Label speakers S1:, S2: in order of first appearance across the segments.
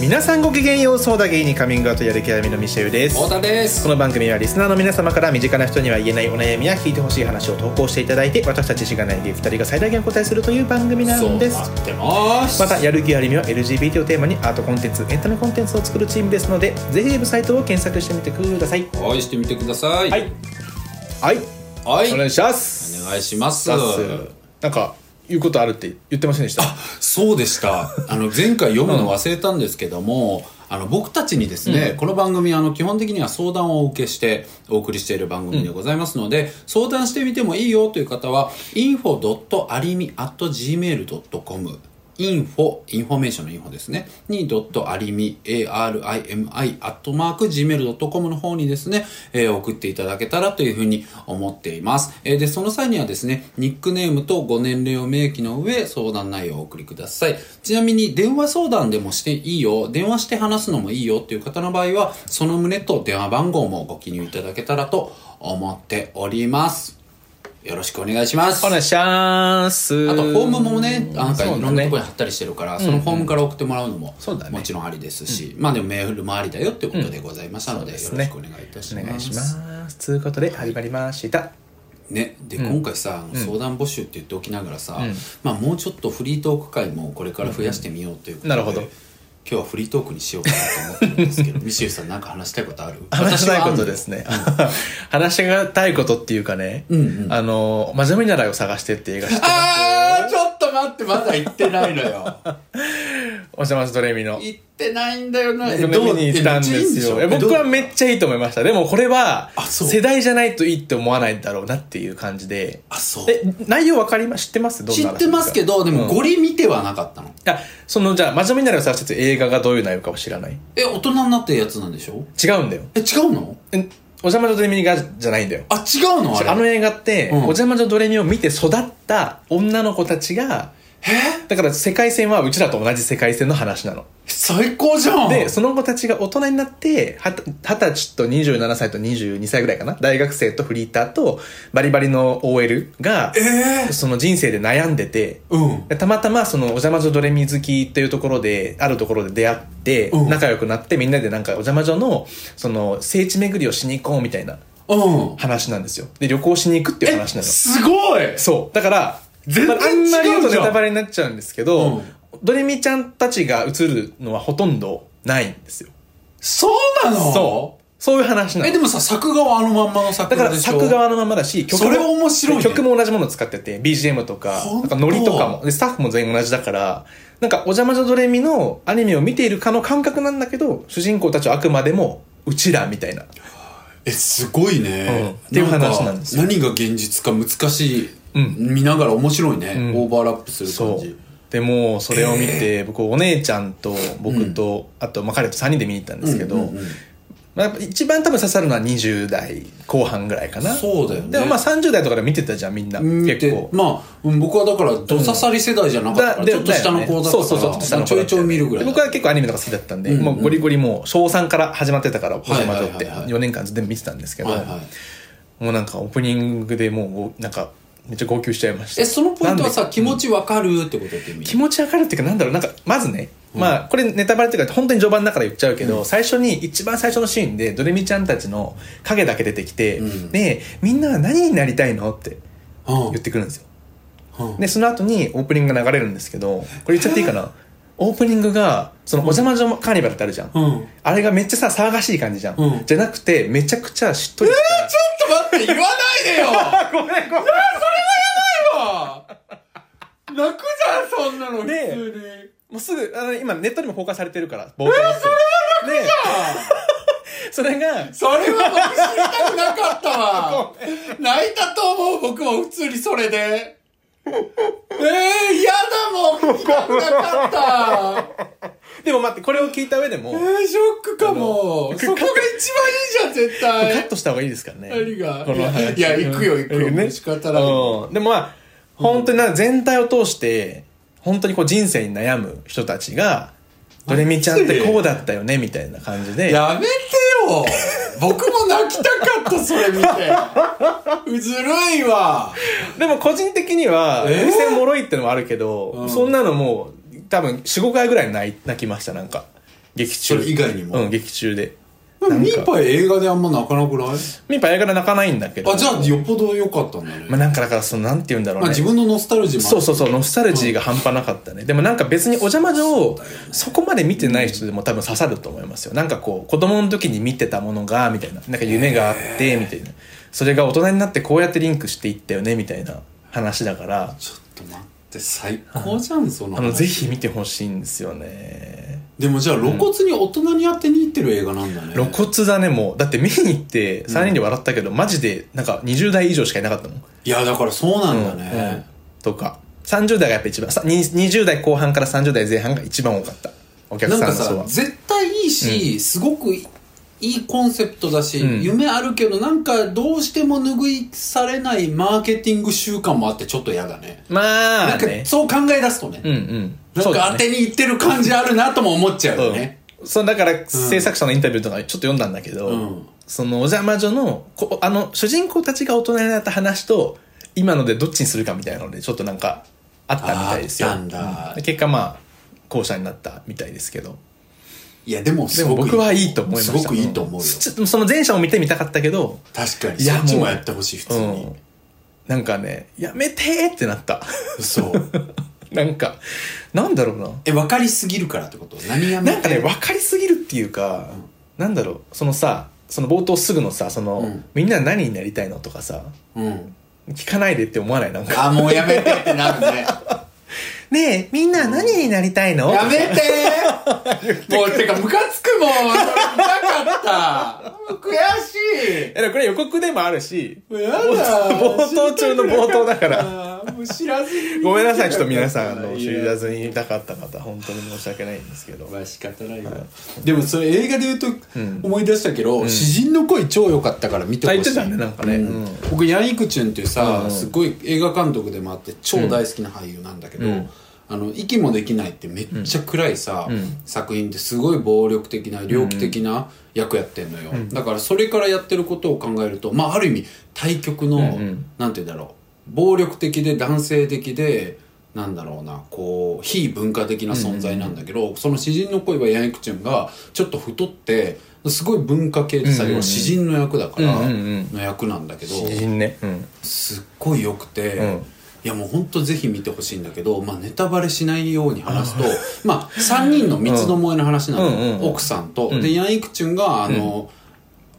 S1: 皆さんごきげんようソーダゲイにカミングアウトやる気あみのミシェルです
S2: 太田です
S1: この番組はリスナーの皆様から身近な人には言えないお悩みや聞いてほしい話を投稿していただいて私たちしがないゲイ2人が最大限お答えするという番組なんです
S2: そう待ってます
S1: またやる気ありみは LGBT をテーマにアートコンテンツエンタメコンテンツを作るチームですのでぜひウェブサイトを検索してみてください
S2: お会いしてみてください
S1: はいは
S2: は
S1: い
S2: い
S1: お
S2: お
S1: 願いします
S2: 願いします
S1: なんか言うことあるって言ってませんでした
S2: そうでしたあの前回読むの忘れたんですけども、あの僕たちにですね、この番組あの基本的には相談をお受けしてお送りしている番組でございますので、相談してみてもいいよという方は info.arimi.gmail.com info インフォメーションのインフォですねに .arimi arimi アットマーク gmail.com の方にですね、えー送っていただけたらというふうに思っています、えーでその際にはですねニックネームとご年齢を明記の上相談内容をお送りくださいちなみに電話相談でもしていいよ電話して話すのもいいよっていう方の場合はその旨と電話番号もご記入いただけたらと思っておりますよろしくお願いします
S1: お願いします
S2: あとフォームもねなんかい
S1: そう
S2: ろ
S1: だね
S2: んなところに貼ったりしてるからそ,、のフォームから送ってもらうのも
S1: そうだね
S2: もちろんありですし、まあでもメールもありだよってことでございましたので、
S1: そ
S2: よろ
S1: う
S2: し
S1: です
S2: くお
S1: ね
S2: 願いいたし
S1: お
S2: ます。
S1: 願いしますということで始まりました
S2: ね、で、今回さあの相談募集って言っておきながらさ、まあ、もうちょっとフリートーク会もこれから増やしてみようということで、
S1: なるほど
S2: 今日はフリートークにしようかなと思ってるん ですけどミシェルさんなんか話したいことある
S1: 話したいこ
S2: 私はあ
S1: と
S2: んの
S1: ですね。話したいことっていうかね、あの、真面目ならを探してって映画知ってます
S2: あーちょっと待ってまだ行ってないの よ
S1: お邪魔しドレミの。
S2: 行ってないんだよな
S1: ドレミに行ったんですよ。
S2: え
S1: え
S2: どう
S1: 僕はめっちゃいいと思いました。でもこれは、
S2: あそう
S1: 世代じゃないといいって思わないだろうなっていう感じで。
S2: あそう
S1: え、内容わかります知ってますどん
S2: 知
S1: な
S2: ってますけ
S1: ど。
S2: どでも
S1: うん
S2: ゴリ見てはなかったの、
S1: あ、その、じゃあ、真面目ならを探してって映画がどういう内容かは知らない。
S2: え大人になってるやつなんでしょ
S1: 違うんだよ。
S2: え違うの
S1: えお邪魔女ドレミがじゃないんだよ。
S2: あ違うのあれ
S1: あの映画って、
S2: うん
S1: お邪魔女ドレミを見て育った女の子たちが、
S2: え
S1: だから世界線はうちらと同じ世界線の話なの。
S2: 最高じゃん
S1: で、その子たちが大人になって、はた二十歳と27歳と22歳ぐらいかな。大学生とフリーターとバリバリの OL が、
S2: え
S1: その人生で悩んでて、
S2: うん
S1: でたまたまそのお邪魔女ドレミ好きっていうところで、あるところで出会って、
S2: うん
S1: 仲良くなってみんなでなんかお邪魔女の、その聖地巡りをしに行こうみたいな
S2: うん
S1: 話なんですよ。で、旅行しに行くっていう話なの。
S2: すごい
S1: そう。だから、
S2: 全
S1: ま
S2: 然
S1: あ、あんまり言うと
S2: 違うじ
S1: ネ
S2: ゃん
S1: タバレになっちゃうんですけど、
S2: うん
S1: ドレミちゃんたちが映るのはほとんどないんですよ。
S2: そうなの
S1: そう。そういう話な
S2: え
S1: の
S2: で。もさ作画はあのまんまの作
S1: だか
S2: 画
S1: ら
S2: でしょ
S1: 作側のままだし、
S2: それ面白いね
S1: 曲も同じものを使ってて、BGM とか、
S2: ほ
S1: なんん
S2: と
S1: かノリとかも、で、スタッフも全員同じだから、なんかお邪魔女ドレミのアニメを見ているかの感覚なんだけど、主人公たちはあくまでも、うちらみたいな。
S2: えすごいね、
S1: うんっていう話なんですよ
S2: か何が現実か難しい、
S1: うん
S2: 見ながら面白いね、オーバーラップする感
S1: そ
S2: じ
S1: うでもうそれを見て、僕お姉ちゃんと僕と、あと、まあ、彼と3人で見に行ったんですけど、
S2: うんうんうん
S1: まあ、やっぱ一番多分刺さるのは20代後半ぐらいかな
S2: そうだよね
S1: でもまあ30代とかで見てたじゃんみんな
S2: 見
S1: 結
S2: て
S1: 構
S2: まあうん僕はだからどささり世代じゃなかったから、
S1: だで
S2: ちょっと下の子だったから
S1: そうそうそう下の子
S2: ちょ
S1: だっ
S2: い
S1: た
S2: ち
S1: よ
S2: ょい
S1: ね
S2: 見るぐらい
S1: で僕は結構アニメとか好きだったんで、もうゴリゴリもう小3から始まってたから「おじまじょ」っ
S2: はいはい
S1: て
S2: はいはい
S1: 4年間全部見てたんですけど、
S2: はいはい
S1: もうなんかオープニングでもうなんかめっちゃ号泣しちゃいました
S2: えそのポイントは
S1: なん
S2: さ
S1: で
S2: 気持ちわかるってことって意味
S1: 気持ちわかるっていうかなんだろうなんかまずね、まあこれネタバレっていうか本当に序盤だから言っちゃうけど、最初に一番最初のシーンでドレミちゃんたちの影だけ出てきて、
S2: うん
S1: でみんなは何になりたいのって
S2: うん
S1: 言ってくるんですよ
S2: うん
S1: でその後にオープニングが流れるんですけどこれ言っちゃっていい かなオープニングがそのお邪魔女カーニバルってあるじゃん、
S2: うん
S1: あれがめっちゃさ騒がしい感じじゃん、
S2: うん
S1: じゃなくてめちゃくちゃしっとりした、
S2: ちょっと待って言わないでよ
S1: ごめんごめん
S2: 泣くじゃんそんなの普
S1: ねえ
S2: 通に。
S1: もうすぐあの今ネットにも放課されてるから冒険ですよでそれが
S2: それは僕知りたくなかったわ泣いたと思う僕も普通にそれでえー、嫌だもん聞きたくなかった
S1: でも待ってこれを聞いた上でも、
S2: えー、ショックかもそこが一番いいじゃん絶
S1: カ
S2: 対
S1: ットした方がいいですからね。
S2: 何が
S1: この話。
S2: いやいや行くよ行くよ
S1: うんね、
S2: 仕方ない
S1: うん。でもまあ、本当にな全体を通して、本当にこう人生に悩む人たちが、ドレミちゃんってこうだったよね、みたいな感じで。
S2: やめてよ僕も泣きたかったそれ見てずるいわ
S1: でも個人的には、
S2: えー
S1: 風船もろいってのもあるけど、
S2: ん
S1: そんなのもう、多分4、5回ぐらい泣い泣きました、なんか。劇中
S2: それ以外にも
S1: うん劇中で
S2: ミーパイ映画であんま泣かなくないあ、
S1: ミーパイ映画で泣かないんだけど
S2: じゃあよっぽど良かったんだね。
S1: まあ、なんかだからそのなんて言うんだろう
S2: まあ
S1: ね、
S2: 自分のノスタルジーもあ。
S1: そうそううそうノスタルジーが半端なかったね、でもなんか別にお邪魔女をそこまで見てない人でも多分刺さると思いますよなんかこう子供の時に見てたものがみたいななんか夢があってみたいなそれが大人になってこうやってリンクしていったよねみたいな話だから
S2: ちょっと待って、最高じゃん、その
S1: あ
S2: 話。
S1: のぜひ見てほしいんですよね
S2: でもじゃあ露骨に大人に当てにいってる映画なんだね。
S1: 露骨だねもうだって見に行って3人で笑ったけど、マジでなんか20代以上しかいなかったもん
S2: いや、だからそうなんだ
S1: うんうん
S2: ね。
S1: とか30代がやっぱ一番さに20代後半から30代前半が一番多かったお客
S2: なんか
S1: さんの層
S2: さ
S1: は、
S2: 絶対いいし、すごくいいコンセプトだし、
S1: うん
S2: 夢あるけど、なんかどうしても拭いされないマーケティング習慣もあってちょっと嫌だね。
S1: ま
S2: な
S1: あ
S2: んか
S1: ね
S2: そう考え出すとね。
S1: うんうん
S2: なんか当
S1: ね
S2: てにいってる感じあるなとも思っちゃうよね。
S1: うん、そうだから制作者のインタビューとかちょっと読んだんだけど、
S2: うん
S1: そのお邪魔女のこあの主人公たちが大人になった話と今のでどっちにするかみたいなのでちょっとなんかあったみたいですよ
S2: あったんだ
S1: う結果まあ後者になったみたいですけど
S2: いや、でも
S1: ですも
S2: ごく
S1: 僕はいいと思いました
S2: すごくいいと思うよ。
S1: うんその前者も見てみたかったけど
S2: 確かに。
S1: いや
S2: そっち
S1: も
S2: も
S1: う
S2: やってほしい、普通
S1: う
S2: に
S1: ん。なんかねやめてーってなった
S2: 嘘。
S1: なんかなんだろうな
S2: え、分かりすぎるからってこと何やめて
S1: なんかね、分かりすぎるっていうか、なんだろうそのさその冒頭すぐのさその、
S2: うん
S1: みんな何になりたいのとかさ
S2: うん。
S1: 聞かないでって思わないなんか
S2: あ、もうやめてってなるね。
S1: 「ねえみんな何になりたいの?」
S2: やめ てもう、てか、ムカつくもん。見たかった。悔しい。
S1: えだからこれ予告でもあるし
S2: もうやだ。
S1: 冒頭中の冒頭だから
S2: あーもう知らずに。
S1: ごめんなさいちょっと皆さんあの知ら
S2: ず。
S1: ずに見たかった方本当に申し訳ないんですけど
S2: まあ仕方ないわ。でもそれ映画で言うと
S1: ん
S2: 思い出したけど、詩人の声超良かったから見てほしい。
S1: あ言ってたねなんかね
S2: う
S1: うん
S2: 僕、ヤンイクチュンっていう
S1: うんう
S2: さ、
S1: ん
S2: すごい映画監督でもあって超大好きな俳優なんだけど
S1: うん、
S2: あの、息もできないってめっちゃ暗いさ
S1: うん、
S2: 作品ってすごい暴力的な、猟奇的な役やってんのよ。だからそれからやってることを考えると、まあある意味対極の、
S1: んうん
S2: なんて言うんだろう、暴力的で男性的で、なんだろうな、こう、非文化的な存在なんだけど、その詩人の声はヤンイクチュンが、ちょっと太って、すごい文化系でさ、
S1: うんうんうん
S2: 要は詩人の役だから、
S1: うんうん
S2: の役なんだけど、
S1: 詩人ねうん
S2: すっごい良くて、
S1: うん
S2: いやもうほんとぜひ見てほしいんだけど、まあ、ネタバレしないように話すと、まあ、3人の三つどもえの話なの、
S1: うんうんうん
S2: 奥さんと、
S1: うん
S2: でヤン・イクチュンがあの、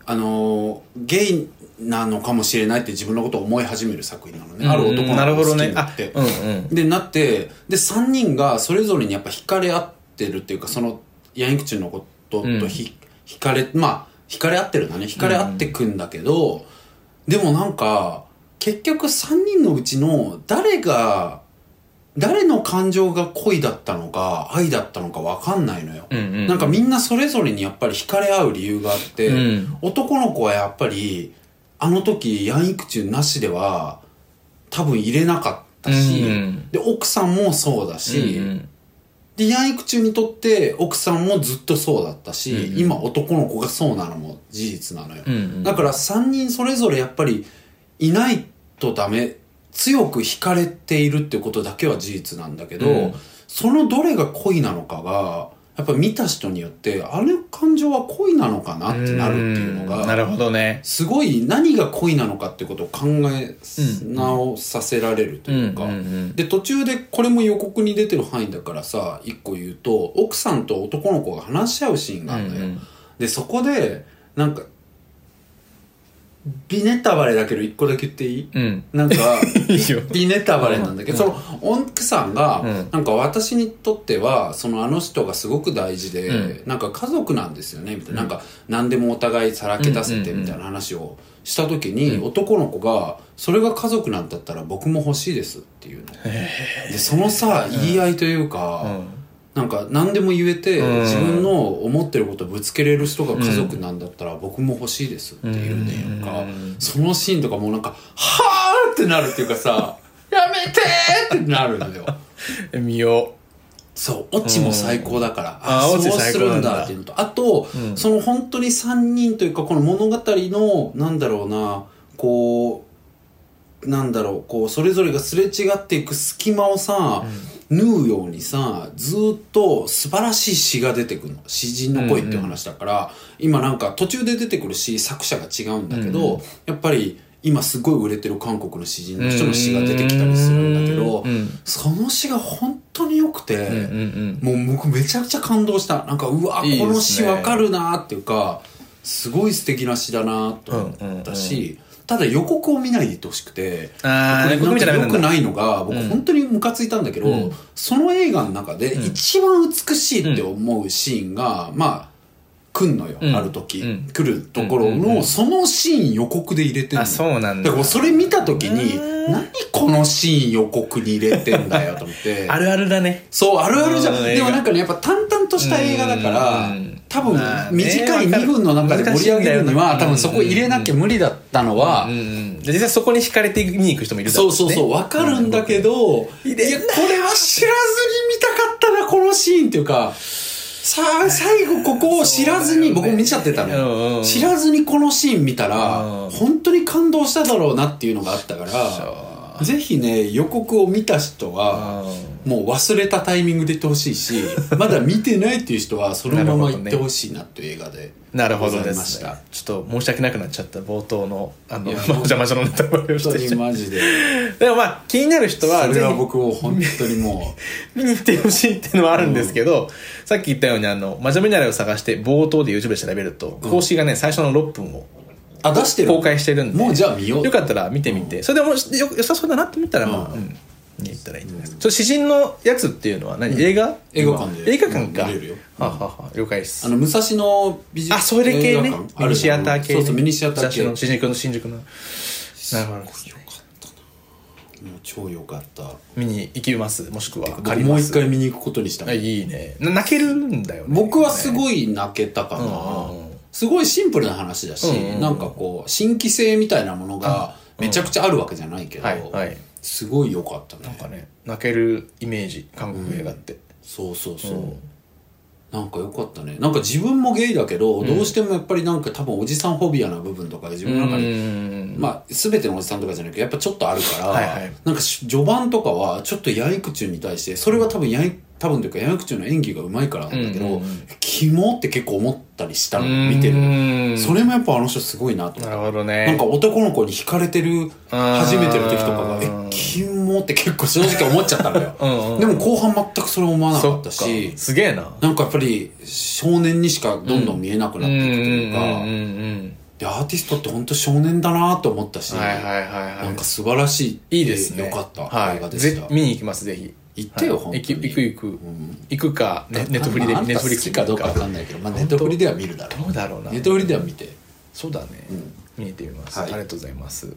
S2: あのゲイなのかもしれないって自分のことを思い始める作品なのね、ある男
S1: うんな
S2: の子
S1: る
S2: を
S1: ほ
S2: 好
S1: ど
S2: き
S1: ね
S2: にな
S1: あ
S2: って、
S1: うんうん
S2: でなってで3人がそれぞれにやっぱ惹かれ合ってるっていうかそのヤンイクチュンのこととひ、惹かれまあ惹かれ合ってるんだね惹かれ合ってくんだけど、でもなんか結局3人のうちの誰が誰の感情が恋だったのか愛だったのか分かんないのよ、
S1: うんうん
S2: なんかみんなそれぞれにやっぱり惹かれ合う理由があって、
S1: うん
S2: 男の子はやっぱりあの時ヤンイクチュンなしでは多分入れなかったし、
S1: うんうん
S2: で奥さんもそうだ
S1: う
S2: し、
S1: ん
S2: でヤンイクチュンにとって奥さんもずっとそうだったし、
S1: うんうん
S2: 今男の子がそうなのも事実なのよ、
S1: うんうん
S2: だから3人それぞれやっぱりいないとダメ強く惹かれているってことだけは事実なんだけど、
S1: うん
S2: そのどれが恋なのかがやっぱ見た人によってあの感情は恋なのかなってなるっていうの
S1: うんな
S2: が
S1: るほどね
S2: すごい何が恋なのかってことを考え直させられるというか。
S1: うんうんうん
S2: で途中でこれも予告に出てる範囲だからさ一個言うと奥さんと男の子が話し合うシーンがあるのよ、
S1: うんうん
S2: でそこでなんかビネタバレだけど一個だけ言っていい
S1: うん
S2: なんか
S1: いいよ
S2: ビネタバレなんだけど、
S1: う
S2: その奥さんが、
S1: うん
S2: なんか私にとってはそのあの人がすごく大事で、
S1: う
S2: なんか家族なんですよねみたいな,、なんか何でもお互いさらけ出せてみたいな話をした時に、男の子が「それが家族なんだったら僕も欲しいです」っていうの。でそのさ言い合いというか、
S1: うん
S2: なんか何でも言えて、
S1: うん
S2: 自分の思ってることをぶつけれる人が家族なんだったら僕も欲しいですっていうね
S1: うん
S2: なんか、
S1: うん
S2: そのシーンとかもうなんか「はーってなるっていうかさ「やめて!」ってなるんだよ。
S1: え見よ
S2: そう、オチも最高だから、あ
S1: あ
S2: そう
S1: オチ
S2: す
S1: 最高
S2: る
S1: なんんだ
S2: だっていうのと、あと、
S1: うん
S2: その本当に3人というか、この物語の、なんだろうな、こう、なんだろう、こう、それぞれがすれ違っていく隙間をさ、縫うようにさ、ずーっと素晴らしい詩が出てくるの。詩人の恋っていう話だから、今なんか途中で出てくる詩、作者が違うんだけど、やっぱり今すごい売れてる韓国の詩人の人の詩が出てきたりするんだけど、
S1: うんうん
S2: その詩が本当に良くて、
S1: うんうん
S2: もう僕めちゃくちゃ感動した。なんか、うわ、
S1: いいです
S2: こ
S1: ね
S2: の詩わかるなっていうか、すごい素敵な詩だなと思ったし、ただ予告を見ないでいてほしくて、
S1: あー
S2: これ
S1: 予告見ちゃダメなんだ
S2: 良くないのが、僕
S1: うん
S2: 本当にムカついたんだけど、
S1: うん
S2: その映画の中で一番美しいって思うシーンが、まあ、来んのよ、
S1: うん
S2: ある時、
S1: うん
S2: 来るところの、
S1: うんうんうん
S2: そのシーン予告で入れて
S1: うんん。
S2: の
S1: あ、そうな
S2: だ
S1: んだ
S2: から。もうそれ見た時に
S1: う、
S2: 何このシーン予告に入れてんだよと思って。
S1: あるあるだね。
S2: そう、あるあるじゃ。
S1: うんん
S2: でもなんかね、やっぱ淡々とした映画だから
S1: うん、
S2: 多分
S1: まあね
S2: 短い
S1: わかる
S2: 2分の中で盛り上げるには、
S1: 難しいんだよな
S2: 多分そこ入れなきゃ無理だったのは
S1: うん、うん。で実際そこに惹かれて見に行く人もいるだろ
S2: そううそうそう、わかるんだけど、いや、こ
S1: れない
S2: れは知らずに見たかったな、このシーンっていうか、さあ、最後ここを知らずに、
S1: そうだ
S2: 僕
S1: よね
S2: 見ちゃってた
S1: うんう
S2: の。
S1: ん
S2: 知らずにこのシーン見たら
S1: う、ん
S2: 本当に感動しただろうなっていうのがあったから、ぜひね、予告を見た人は、もう忘れたタイミングで言ってほしいし、 まだ見てないっていう人はそのまま行ってほしいなっていう映画で。
S1: なるほど
S2: ござ
S1: で
S2: いまし
S1: す、ね
S2: た。
S1: ちょっと申し訳なくなっちゃった冒頭のあの
S2: いや
S1: まあお邪魔者のネタバレをし
S2: 本当
S1: て
S2: に
S1: し ま
S2: マジで。
S1: うでもまあ気になる人は
S2: それ
S1: ぜ
S2: は
S1: ひ
S2: 僕を本当にも
S1: 見に行ってほしいっていうのはあるんですけど、さっき言ったようにあの真面目なれを探して冒頭で YouTube で調べると公式がね最初の6分を
S2: う、あ、出してる
S1: 公開してるんで
S2: もうじゃあ見よう。
S1: よかったら見てみて、それでもしよ良さそうだなって思ったらまあ、
S2: う
S1: うんん見に行ったらいいんじゃないですか、ちょ詩人のやつっていうのは何、映画
S2: 映画館で
S1: 映画館か、
S2: 見れるよ
S1: はあはあはあ了解です
S2: あの、武蔵野美術
S1: あ、それ系
S2: 映
S1: ね
S2: 画館。あ
S1: ミ
S2: る
S1: ニ
S2: じ
S1: シ
S2: ゃ
S1: ア
S2: ん
S1: ター系、ね。
S2: そうそう、ミニシアター
S1: 雑誌の
S2: 系。
S1: 新宿の新宿の。なるほどですね、
S2: もう超良かった。
S1: 見に行きます。もしくは
S2: 僕
S1: 借り
S2: もう
S1: ます。
S2: 一回見に行くことにした
S1: あ。いいね。な泣けるんだよね。
S2: 僕はす
S1: い。
S2: ごい泣けたか
S1: うんうん
S2: な
S1: うん。
S2: すごいシンプルな話だし
S1: うんうんう、ん
S2: なんかこう、新規性みたいなものがめちゃくちゃあるわけじゃないけど
S1: はいはい、
S2: すごい良かった
S1: なん
S2: ね。
S1: かね、泣けるイメージ、韓国映画って。。
S2: そうそうそううんなんか良かったね。なんか自分もゲイだけど、どうしてもやっぱりなんか多分おじさんフォビアな部分とかで自分の中で、
S1: ん
S2: まあ全てのおじさんとかじゃなくてやっぱちょっとあるから、
S1: はいはい
S2: なんかし序盤とかはちょっとヤイクチュンに対して、それは多分ヤイ、多分というかヤイクチュンの演技が上手いからなんだけど、
S1: うんうんうん
S2: キモって結構思ったりしたの、
S1: うん
S2: 見てる。そ
S1: れ。
S2: れもやっぱあの人すごいなと思
S1: な
S2: った。
S1: るほど
S2: なん
S1: ね
S2: か。男の子に惹かれてる、
S1: あー
S2: 初めての時とかが、え、キモって結構正直思っちゃったのよ。
S1: うんうん
S2: でも後半全くそれ思わなか
S1: そ
S2: った
S1: か
S2: し、
S1: すげえな。
S2: なんかやっぱり少年にしかどんどん見えなくなっていくというか、
S1: うんうん
S2: でアーティストって本当少年だなと思ったし、
S1: うんはいはいはいはい。
S2: なんか素晴らしい
S1: いいですね。
S2: よかった、
S1: はい
S2: 映画でし
S1: ぜ
S2: た
S1: 見に行きます、ぜひ。
S2: 行ってよ、
S1: はい
S2: 本当に
S1: 行く行く行く、
S2: ん
S1: 行くか、ね、ネットフリで
S2: まああん
S1: ネッ
S2: た
S1: トフリッ
S2: 好
S1: クス
S2: きか
S1: 行く
S2: どうかわかんないけど、まあ、ネットフリでは見るだろ
S1: どうだろうな
S2: うネットフリでは見て
S1: そうだね、
S2: うん
S1: 見えてみます、
S2: はい
S1: ありがとうございます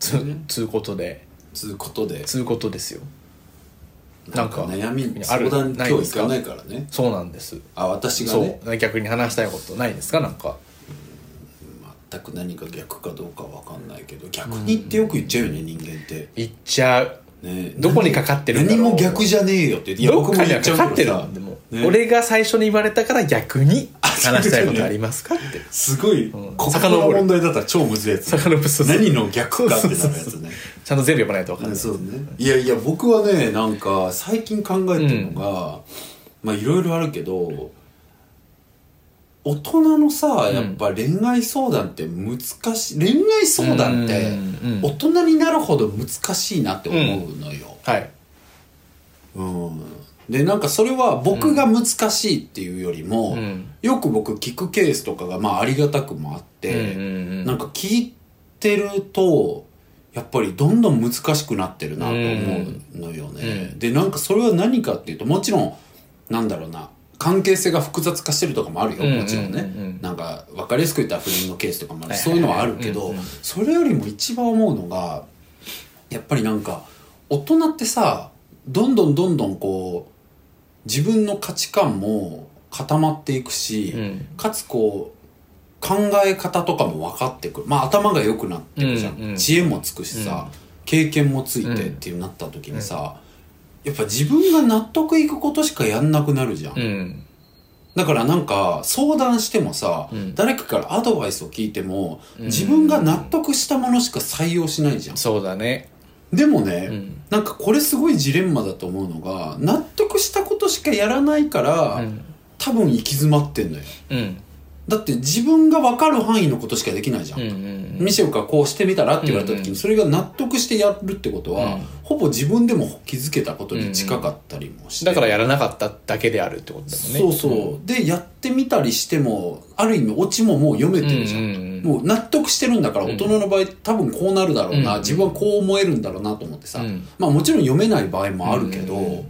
S1: つつうことで
S2: つうことで
S1: つうことですよ
S2: なんか
S1: なんか
S2: 悩み
S1: あ
S2: 相
S1: る
S2: 談今
S1: な
S2: 日
S1: いで
S2: 行
S1: すか
S2: かないからね
S1: そうなんです、
S2: あ私がね
S1: そう逆に話したいことないですかなんか
S2: 全く何か逆かどうかわかんないけど逆にってよく言っちゃうよね、人間って
S1: 言っちゃう
S2: ね
S1: どこにかかってるんだ
S2: 何
S1: ろう
S2: も逆じゃねえよって言っていや
S1: どっ
S2: 僕も
S1: かに
S2: 言
S1: は
S2: っち
S1: か
S2: ゃ
S1: かっ
S2: うけ
S1: て
S2: ど
S1: る
S2: さ
S1: んでも、
S2: ね
S1: 俺が最初に言われたから逆に話したいことありますかって
S2: すごい、
S1: ん
S2: ここ
S1: 遡
S2: の
S1: る
S2: 問題だったら超むずいやつ、
S1: 魚ブス
S2: 何の逆かってなるや
S1: そう
S2: つ
S1: そう
S2: ね
S1: ちゃんと全部読まないと分かんない、
S2: そうねいやいや僕はねなんか最近考えてるのが、まあいろいろあるけど大人のさやっぱ恋愛相談って難しい、恋愛相談って
S1: うんうんうん
S2: 大人になるほど難しいなって思うのよ、
S1: はい
S2: うんでなんかそれは僕が難しいっていうよりも、
S1: うん
S2: よく僕聞くケースとかがまあありがたくもあって、
S1: うんうんうん
S2: なんか聞いてるとやっぱりどんどん難しくなってるなと思うのよね。でなんかそれは何かっていうともちろんなんだろうな関係性が複雑化してるとかもあるよもちろんね、
S1: うんうんうん
S2: なんか分かりやすく言ったら不倫のケースとかもあるし
S1: は
S2: そう
S1: いはいいう
S2: の
S1: はい
S2: はあるけど、
S1: うんうん
S2: それよりも一番思うのがやっぱりなんか大人ってさどんどんどんどんこう自分の価値観も固まっていくし、
S1: うん
S2: かつこう考え方とかも分かってくるまあ頭が良くなってくじゃん、
S1: うんうん
S2: 知恵もつくしさ、経験もついてっていうなった時にさ、やっぱ自分が納得いくことしかやんなくなるじゃん、
S1: うん
S2: だからなんか相談してもさ、
S1: うん
S2: 誰かからアドバイスを聞いても
S1: ん
S2: 自分が納得したものしか採用しないじゃん、
S1: そうだね
S2: でもね、
S1: ん
S2: なんかこれすごいジレンマだと思うのが納得したことしかやらないから、
S1: うん
S2: 多分行き詰まってんのよ
S1: うん
S2: だって自分が分かる範囲のことしかできないじゃん、
S1: うんうん
S2: ミシェルからこうしてみたらって言われた時
S1: うんう
S2: にそれが納得してやるってことは、
S1: うん
S2: ほぼ自分でも気づけたことに近かったりもして、
S1: だからやらなかっただけであるってことだもんね
S2: そうそう、でやってみたりしてもある意味オチももう読めてるじゃん、
S1: うんうんうん
S2: もう納得してるんだから大人の場合多分こうなるだろうな、
S1: うんうん
S2: 自分はこう思えるんだろうなと思ってさ、
S1: うん
S2: まあもちろん読めない場合もあるけど、
S1: うんうんう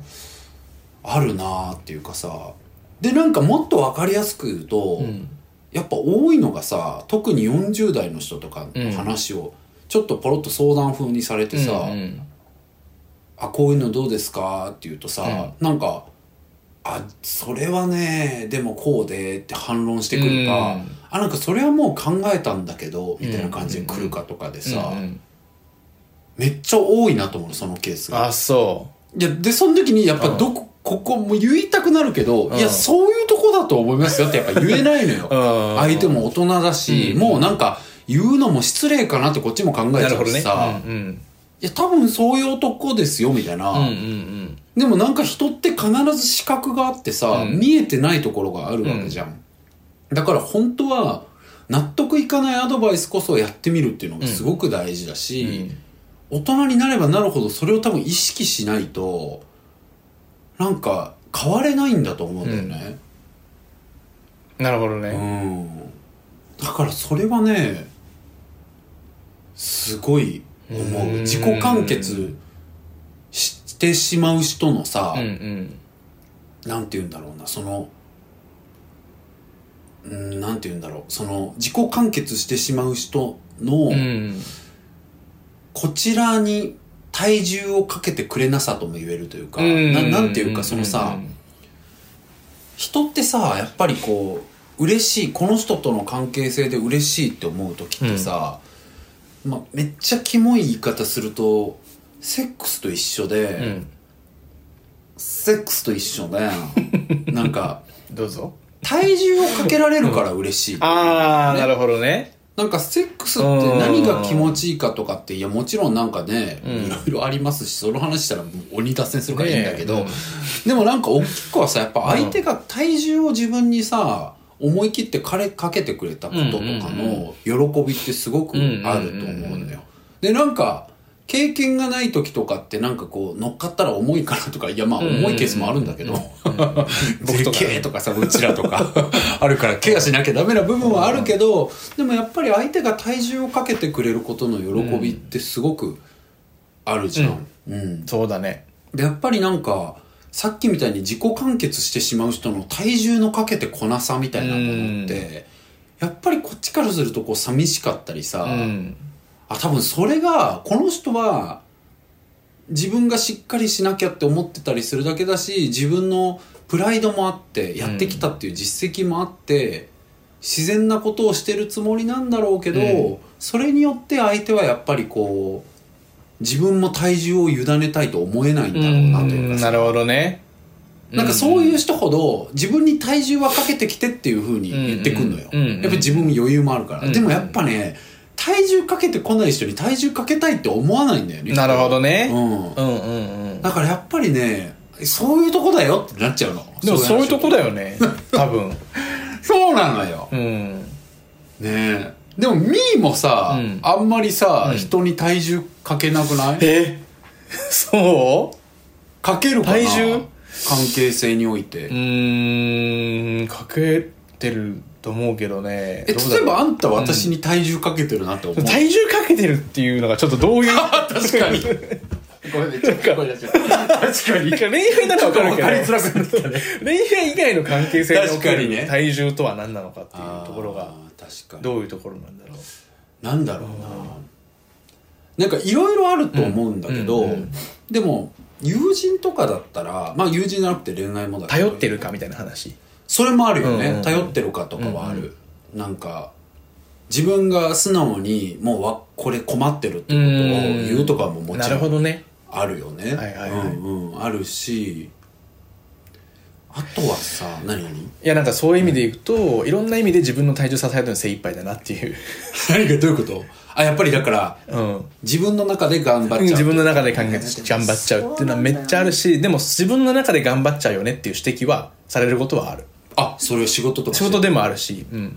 S2: あるなーっていうかさでなんかもっと分かりやすく言うと、
S1: うん
S2: やっぱ多いのがさ特に40代の人とかの話をちょっとポロッと相談風にされてさ、
S1: うんうん
S2: あこういうのどうですかって言うとさ、なんかあそれはねでもこうでって反論してくるか、
S1: うん
S2: あなんかそれはもう考えたんだけどみたいな感じで来るかとかでさ、
S1: うんうん
S2: めっちゃ多いなと思うのそのケースが。
S1: あそ
S2: いやでその時にやっぱどこ、ここも言いたくなるけど、
S1: うん
S2: いやそういうとこだと思いますよってやっぱ言えないのよ、
S1: うん
S2: 相手も大人だし、
S1: うん
S2: もうなんか言うのも失礼かなってこっちも考
S1: う
S2: え
S1: な
S2: ち
S1: る
S2: ゃ
S1: ほ
S2: う
S1: ど
S2: し
S1: ね
S2: さ、
S1: うんうん
S2: いや多分そういう男ですよみたいな、
S1: うんうん
S2: でもなんか人って必ず資格があってさ、
S1: うん
S2: 見えてないところがあるわけじゃん。だから本当は納得いかないアドバイスこそやってみるっていうのがすごく大事だし、大人になればなるほどそれを多分意識しないと、なんか変われないんだと思うんだよね。
S1: うんなるほど
S2: う
S1: ね
S2: ん。だからそれはね、すごい思う。
S1: うん
S2: 自己完結してしまう人のさ、
S1: うんうん
S2: なんて言うんだろうな、その、うん、なんて言うんだろう、その、自己完結してしまう人の
S1: う、ん
S2: こちらに体重をかけてくれなさとも言えるというか、
S1: うん
S2: ななんていうか、そのさ
S1: う、ん
S2: 人ってさ、やっぱりこう、嬉しい、この人との関係性で嬉しいって思う時ってさ、まあ、めっちゃキモい言い方すると、セックスと一緒で、
S1: うんうん
S2: セックスと一緒で、 なんか、
S1: どうぞ
S2: 体重をかけられるから嬉しい。
S1: ああ
S2: ね
S1: なるほどね
S2: なんかセックスって何が気持ちいいかとかって、いやもちろんなんかね、
S1: ん
S2: いろいろありますし、その話したらもう鬼脱線するからいいんだけど、
S1: ねえうん
S2: でもなんか大きくはさ、やっぱ相手が体重を自分にさ、思い切ってかれかけてくれたこととかの喜びってすごくあると思う
S1: うんうんうん
S2: のよ。で、なんか、経験がない時とかってなんかこう乗っかったら重いかなとか、いやまあ重いケースもあるんだけど、
S1: 僕とか
S2: でけえとかさ、うちらとかあるから、ケアしなきゃダメな部分はあるけど、でもやっぱり相手が体重をかけてくれることの喜びってすごくあるじゃん。うん。
S1: そうだね
S2: で、やっぱりなんか、さっきみたいに自己完結してしまう人の体重のかけてこなさみたいなものって、やっぱりこっちからするとこう寂しかったりさ、
S1: うん
S2: あ、多分それが、この人は、自分がしっかりしなきゃって思ってたりするだけだし、自分のプライドもあって、やってきたっていう実績もあって、自然なことをしてるつもりなんだろうけど、
S1: う
S2: それによって相手はやっぱりこう、自分も体重を委ねたいと思えないんだろうなというかさ
S1: なるほどね
S2: なんかそういう人ほど自分に体重はかけてきてっていう風に言ってくんのよ。
S1: うんうんうん
S2: や
S1: うん
S2: っぱり自分も余裕もあるから。
S1: うん
S2: でもやっぱね、体重かけてこない人に体重かけたいって思わないんだよね。
S1: なるほどね
S2: うん。
S1: うんうんうん
S2: だからやっぱりね、そういうとこだよってなっちゃうの。
S1: でもそういうとこ
S2: だ
S1: だよ ね多分
S2: そうなのよ。
S1: うん
S2: ねえ。でもミーもさ、
S1: うん
S2: あんまりさ、
S1: うん
S2: 人に体重かけなくない
S1: え そう
S2: かけるかな
S1: 体重
S2: 関係性において。
S1: うーんかけてると思うけどね
S2: え、
S1: どう
S2: 例
S1: だ
S2: え
S1: ろう
S2: ばあんた私に体重かけてるなって思う。
S1: 体重かけてるっていうのがちょっとどういう
S2: 確かに。ごめん、めっちゃ声出しちゃった。確かに。
S1: なんか恋愛ならわかるけど
S2: らくなったね。
S1: 恋愛以外の関係性におけ
S2: 確かにね
S1: る体重とは何なのかっていうところが
S2: あー。確か
S1: どういうところなんだろう
S2: に。なんだろうな。なんかいろいろあると思うんだけど、
S1: うんうんうん
S2: でも、友人とかだったら、まあ友人じゃなくて恋愛もだけど
S1: 頼ってるかみたいな話
S2: それもあるよね、
S1: うんうん
S2: 頼ってるかとかはある、なんか自分が素直にもうわこれ困ってるってことを言うとかもも
S1: な
S2: ち
S1: る
S2: ろ
S1: ほ
S2: ん
S1: どね
S2: あるよね
S1: はいはいはい
S2: うんうんあるしあとはさ何何
S1: いやなんかそういう意味でいくと、いろんな意味で自分の体重支えるのに精一杯だなっていう
S2: 何がどういうことあ、やっぱりだから、
S1: うん
S2: 自分の中で頑張っちゃう。
S1: 自分の中で考えて頑張っちゃうっていうのはめっちゃあるしでも自分の中で頑張っちゃうよねっていう指摘はされることはある
S2: あ、それを仕事とかし
S1: 仕
S2: て
S1: 事でもあるし、うん、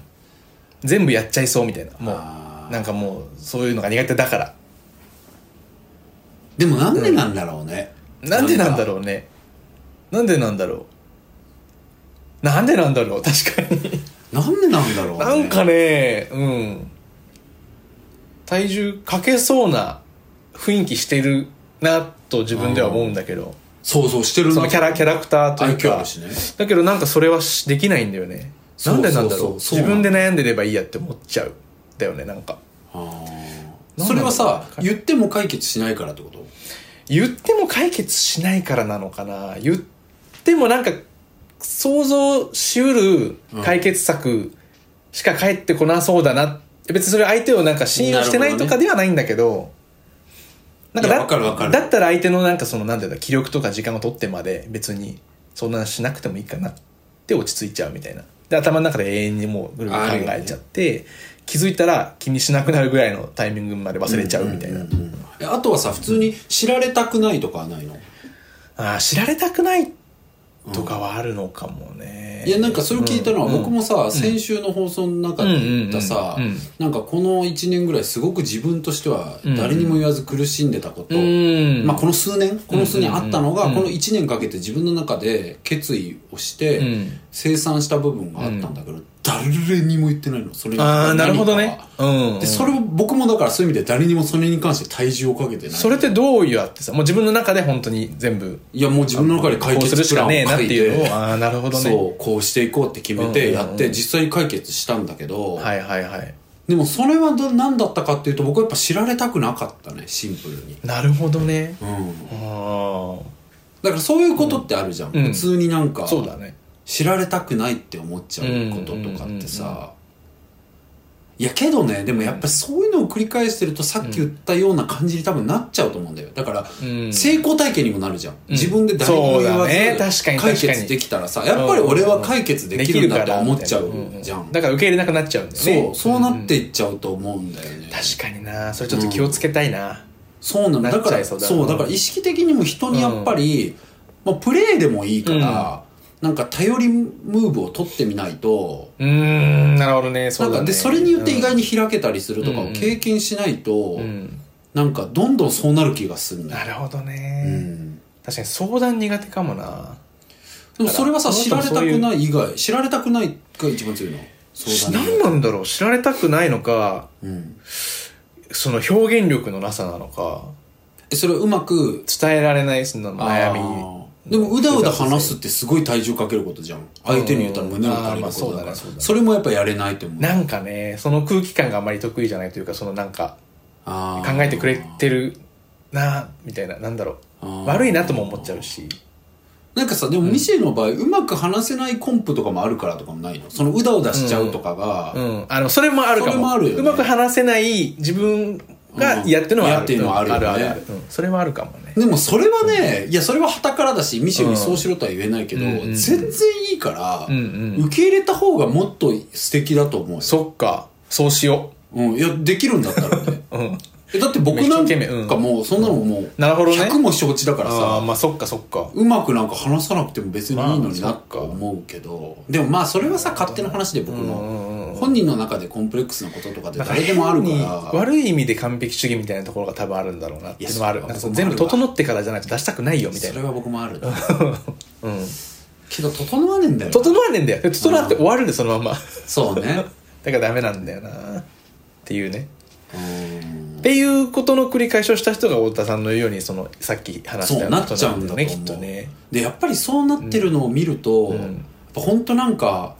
S1: 全部やっちゃいそうみたいなも
S2: あ
S1: うなんかもうそういうのが苦手だから
S2: でもなんでなんだろうね。
S1: なんでなんだ
S2: う。
S1: ろうねなんでなんだろうなんでなんだろう確かに
S2: なんでなんだろうね。
S1: なんかねうん体重かけそうな雰囲気してるなと自分では思うんだけど、
S2: そうそうしてる
S1: そのキャラキャラクターとい
S2: 愛
S1: う
S2: 嬌あ
S1: か
S2: るしね。
S1: だけどなんかそれはしできないんだよね
S2: そ
S1: な
S2: うん
S1: でなんだろ
S2: そ
S1: う
S2: うそうそう
S1: 自分で悩んでればいいやって思っちゃうだよねなんか
S2: あー
S1: なんだろう
S2: それはさ、言っても解決しないからってこと
S1: 言っても解決しないからなのかな言ってもなんか想像しうる解決策しか返ってこなそうだな別にそれ相手をなんか信用してないとかではないんだけど
S2: な
S1: なん
S2: る
S1: か
S2: ほどねいや
S1: だ
S2: わかるわかる
S1: だったら相手のなんかそのなんていうんだ気力とか時間を取ってまで別にそんなしなくてもいいかなって落ち着いちゃうみたいなで頭の中で永遠にもうぐるぐる考えちゃって、気づいたら気にしなくなるぐらいのタイミングまで忘れちゃうみたいな、
S2: えあとはさ、普通に知られたくないとかはないの
S1: あー知られたくないとかはあるのかもね、
S2: いやなんかそれを聞いたのは
S1: うん
S2: 僕もさ、先週の放送の中で言ったさ、
S1: うんうんうんうん
S2: なんかこの1年ぐらいすごく自分としては誰にも言わず苦しんでたこと、
S1: うん
S2: まあ、この数年この数年あったのが、
S1: うんうんうん
S2: この1年かけて自分の中で決意をして、
S1: うん
S2: 生産した部分があったんだけど、誰にも言ってないのそれ
S1: ああなるほど
S2: 何
S1: ね
S2: か
S1: うん、うん
S2: でそれを僕もだからそういう意味で誰にもそれに関して体重をかけてない
S1: それってどうやってさもう自分の中で本当に全部
S2: いやもう自分の中で
S1: こ
S2: 解
S1: うする
S2: 決
S1: し
S2: プラン
S1: か
S2: を
S1: ねえなっ
S2: 書
S1: て
S2: いて
S1: いうのをああなるほどね
S2: そうこうしていこうって決めてやって、
S1: うんうんうん
S2: 実際に解決したんだけど、
S1: はいはいはい
S2: でもそれはど何だったかっていうと僕はやっぱ知られたくなかったねシンプルに、
S1: なるほどね
S2: うん、
S1: ああ
S2: だからそういうことってあるじゃん、
S1: うん
S2: 普通になんか
S1: そうだね
S2: 知られたくないって思っちゃうこととかってさ、
S1: うんうん
S2: いやけどねでもやっぱりそういうのを繰り返してるとさっき言ったような感じに多分なっちゃうと思うんだよだから
S1: うん
S2: 成功体験にもなるじゃん、自分で誰にも
S1: そう
S2: 言
S1: だ
S2: わず
S1: ね確か
S2: 解
S1: に確かに
S2: 決できたらさやっぱり俺は解決できるんだと思っちゃうじゃん、
S1: うだから受け入れなくなっちゃうんだよね
S2: そうそうなっていっちゃうと思うんだよね、
S1: 確かになそれちょっと気をつけたいな、
S2: そうなのだ
S1: なっ
S2: か
S1: ちゃ
S2: ら
S1: いそ
S2: そう
S1: うだ
S2: だから意識的にも人にやっぱり、まあ、プレーでもいいから、なんか頼りムーブを取ってみないと、
S1: うーんなるほどねそ
S2: な
S1: うんだね
S2: かでそれによって意外に開けたりするとか
S1: うん
S2: を
S1: うん
S2: 経験しないと、
S1: うんうん
S2: なんかどんどんそうなる気がするんだ
S1: な
S2: よ、
S1: るほど
S2: う
S1: ね、
S2: ん、
S1: 確かに相談苦手かもな
S2: でもそれはさ
S1: だ
S2: 知
S1: からら
S2: れたくない以外知られたくないが一番強いのそうだね
S1: 何なんだろう知られたくないのか
S2: うん、
S1: その表現力のなさなのか
S2: えそれをうまく
S1: 伝えられないその悩み
S2: あーでもうだうだ話すってすごい体重かけることじゃん相手に言ったら胸を張ることだか
S1: あーまあそうだ
S2: ら
S1: ねそうだね
S2: それもやっぱやれないと思う
S1: なんかねその空気感があまり得意じゃないというかそのなんか
S2: 考
S1: 考えてくれてるなみたいななんだろ
S2: あー
S1: う悪いなとも思っちゃうし
S2: なんかさでもミシェルの場合、うまく話せないコンプとかもあるからとかもないのそのうだうだしちゃうとかが、
S1: うん、あのそれもあるかも
S2: それもあるよね
S1: うまく話せない自分が嫌っていうのはある、
S2: うん嫌っていうのはあるよね
S1: あるあるうんそれはあるかもね
S2: でもそれはね、いやそれは傍からだしミシェルにそうしろとは言えないけど、
S1: うんうんうん
S2: 全然いいから、
S1: うんうん
S2: 受け入れた方がもっと素敵だと思うよ
S1: そっかそうしよ
S2: うん、いやできるんだったら ね
S1: う、うん、
S2: えだって僕なん
S1: めっちゃイケメンうん
S2: かもうそんなのもう
S1: なるほどね
S2: 100も承知だから
S1: あ
S2: さ
S1: あまあそっかそっか
S2: うまくなんか話さなくても別にいいのに
S1: ま
S2: な
S1: あそっ
S2: と
S1: か
S2: 思うけどでもまあそれはさ勝手な話で僕
S1: うんうん
S2: の
S1: うん
S2: 本人の中でコンプレックスなこととかで誰でもあるか
S1: 変に
S2: ら
S1: 悪い意味で完璧主義みたいなところが多分あるんだろうなっていうのはあ
S2: い
S1: る
S2: や
S1: なん
S2: そ
S1: かそうの
S2: 僕もあ
S1: 全
S2: るわ
S1: 部整ってからじゃないと出したくないよみたい
S2: そ
S1: な
S2: れは僕もある
S1: うん
S2: けど整わねえ んだよな
S1: 整わねえんだよで整わって終わるんでそのまま
S2: そうね
S1: だからダメなんだよなっていうね
S2: うん
S1: っていうことの繰り返しをした人が太田さんの言うようにそのさっき話し
S2: そ
S1: た
S2: う
S1: よ
S2: な
S1: な
S2: っちゃうんだと思
S1: ね
S2: う
S1: きっとね
S2: でやっぱりそうなってるのを見ると
S1: うん
S2: やっぱほんとなんか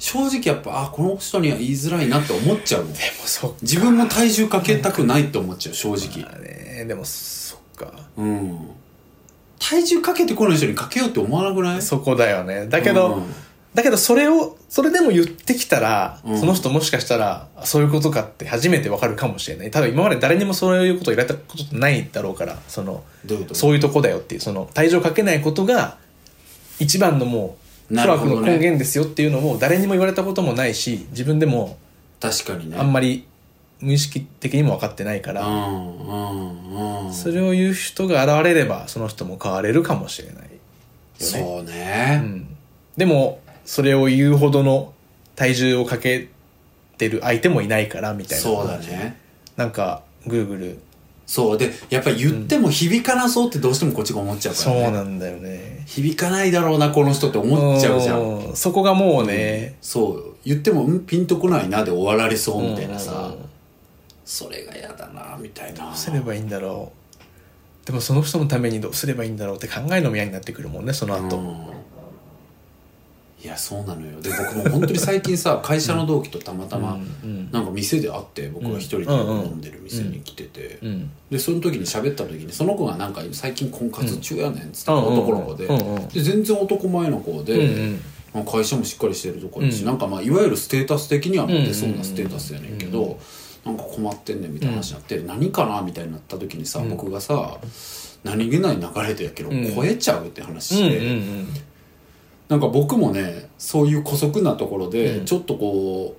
S2: 正直やっぱあこの人には言いづらいなって思っちゃうもん
S1: でもそっか
S2: 自分も体重かけたくないって思っちゃう正直
S1: ねでもそっか
S2: うん体重かけてこない人にかけようって思わなくない
S1: そこだよねだけど、
S2: うん
S1: だけどそれをそれでも言ってきたら、
S2: うん
S1: その人もしかしたらあそういうことかって初めてわかるかもしれない多分今まで誰にもそういうことを言われたことってないだろうからその
S2: どういうこと
S1: そういうとこだよっていうその体重をかけないことが一番のもう
S2: な
S1: 苦
S2: るほ
S1: 楽
S2: どね
S1: の根源ですよっていうのを誰にも言われたこともないし自分でも
S2: 確かにね
S1: あんまり無意識的にも分かってないか
S2: う
S1: ら、
S2: んうんうん
S1: それを言う人が現れれば、その人も変われるかもしれない。
S2: そう
S1: う
S2: ね、
S1: ん。でも、それを言うほどの体重をかけてる相手もいないから、みたいな。
S2: そうだ。ね
S1: なんか、グーグル。
S2: そうでやっぱり言っても響かなそうってどうしてもこっちが思っちゃうか
S1: そ
S2: ら、ね、
S1: うなんだよね。
S2: 響かないだろうなこの人って思っちゃうじゃん
S1: うん。そこがもうね、
S2: そう言っても「うんピンとこないな」で終わられそうみたいな
S1: うん
S2: さ
S1: うんうん
S2: それが嫌だなみたいな
S1: どうすればいいんだろう。でもその人のためにどうすればいいんだろうって考えのみ合いになってくるもんね、その後。
S2: うんいやそうなのよで僕も本当に最近 さ会社の同期とたまたま、
S1: うん
S2: なんか店で会って僕が一人で
S1: うん
S2: 飲んでる店に来てて、
S1: うん。
S2: でその時に喋った時にその子がなんか最近婚活中やねんっつって、
S1: うん
S2: 男の子で,、
S1: うんうん
S2: で全然男前の子
S1: うんう
S2: で、
S1: ん。
S2: まあ会社もしっかりしてるとこやし、
S1: うん
S2: なんかまあいわゆるステータス的にはもう出そう
S1: うん
S2: なステータスやねんけど、なんか困ってんねんみたいな話になって、何かなみたいになった時にさ、僕がさ何気ない流れでやけど
S1: ん
S2: 超えちゃうって話
S1: うん
S2: し
S1: う
S2: て、
S1: ん
S2: なんか僕もねそういう姑息なところでちょっとこ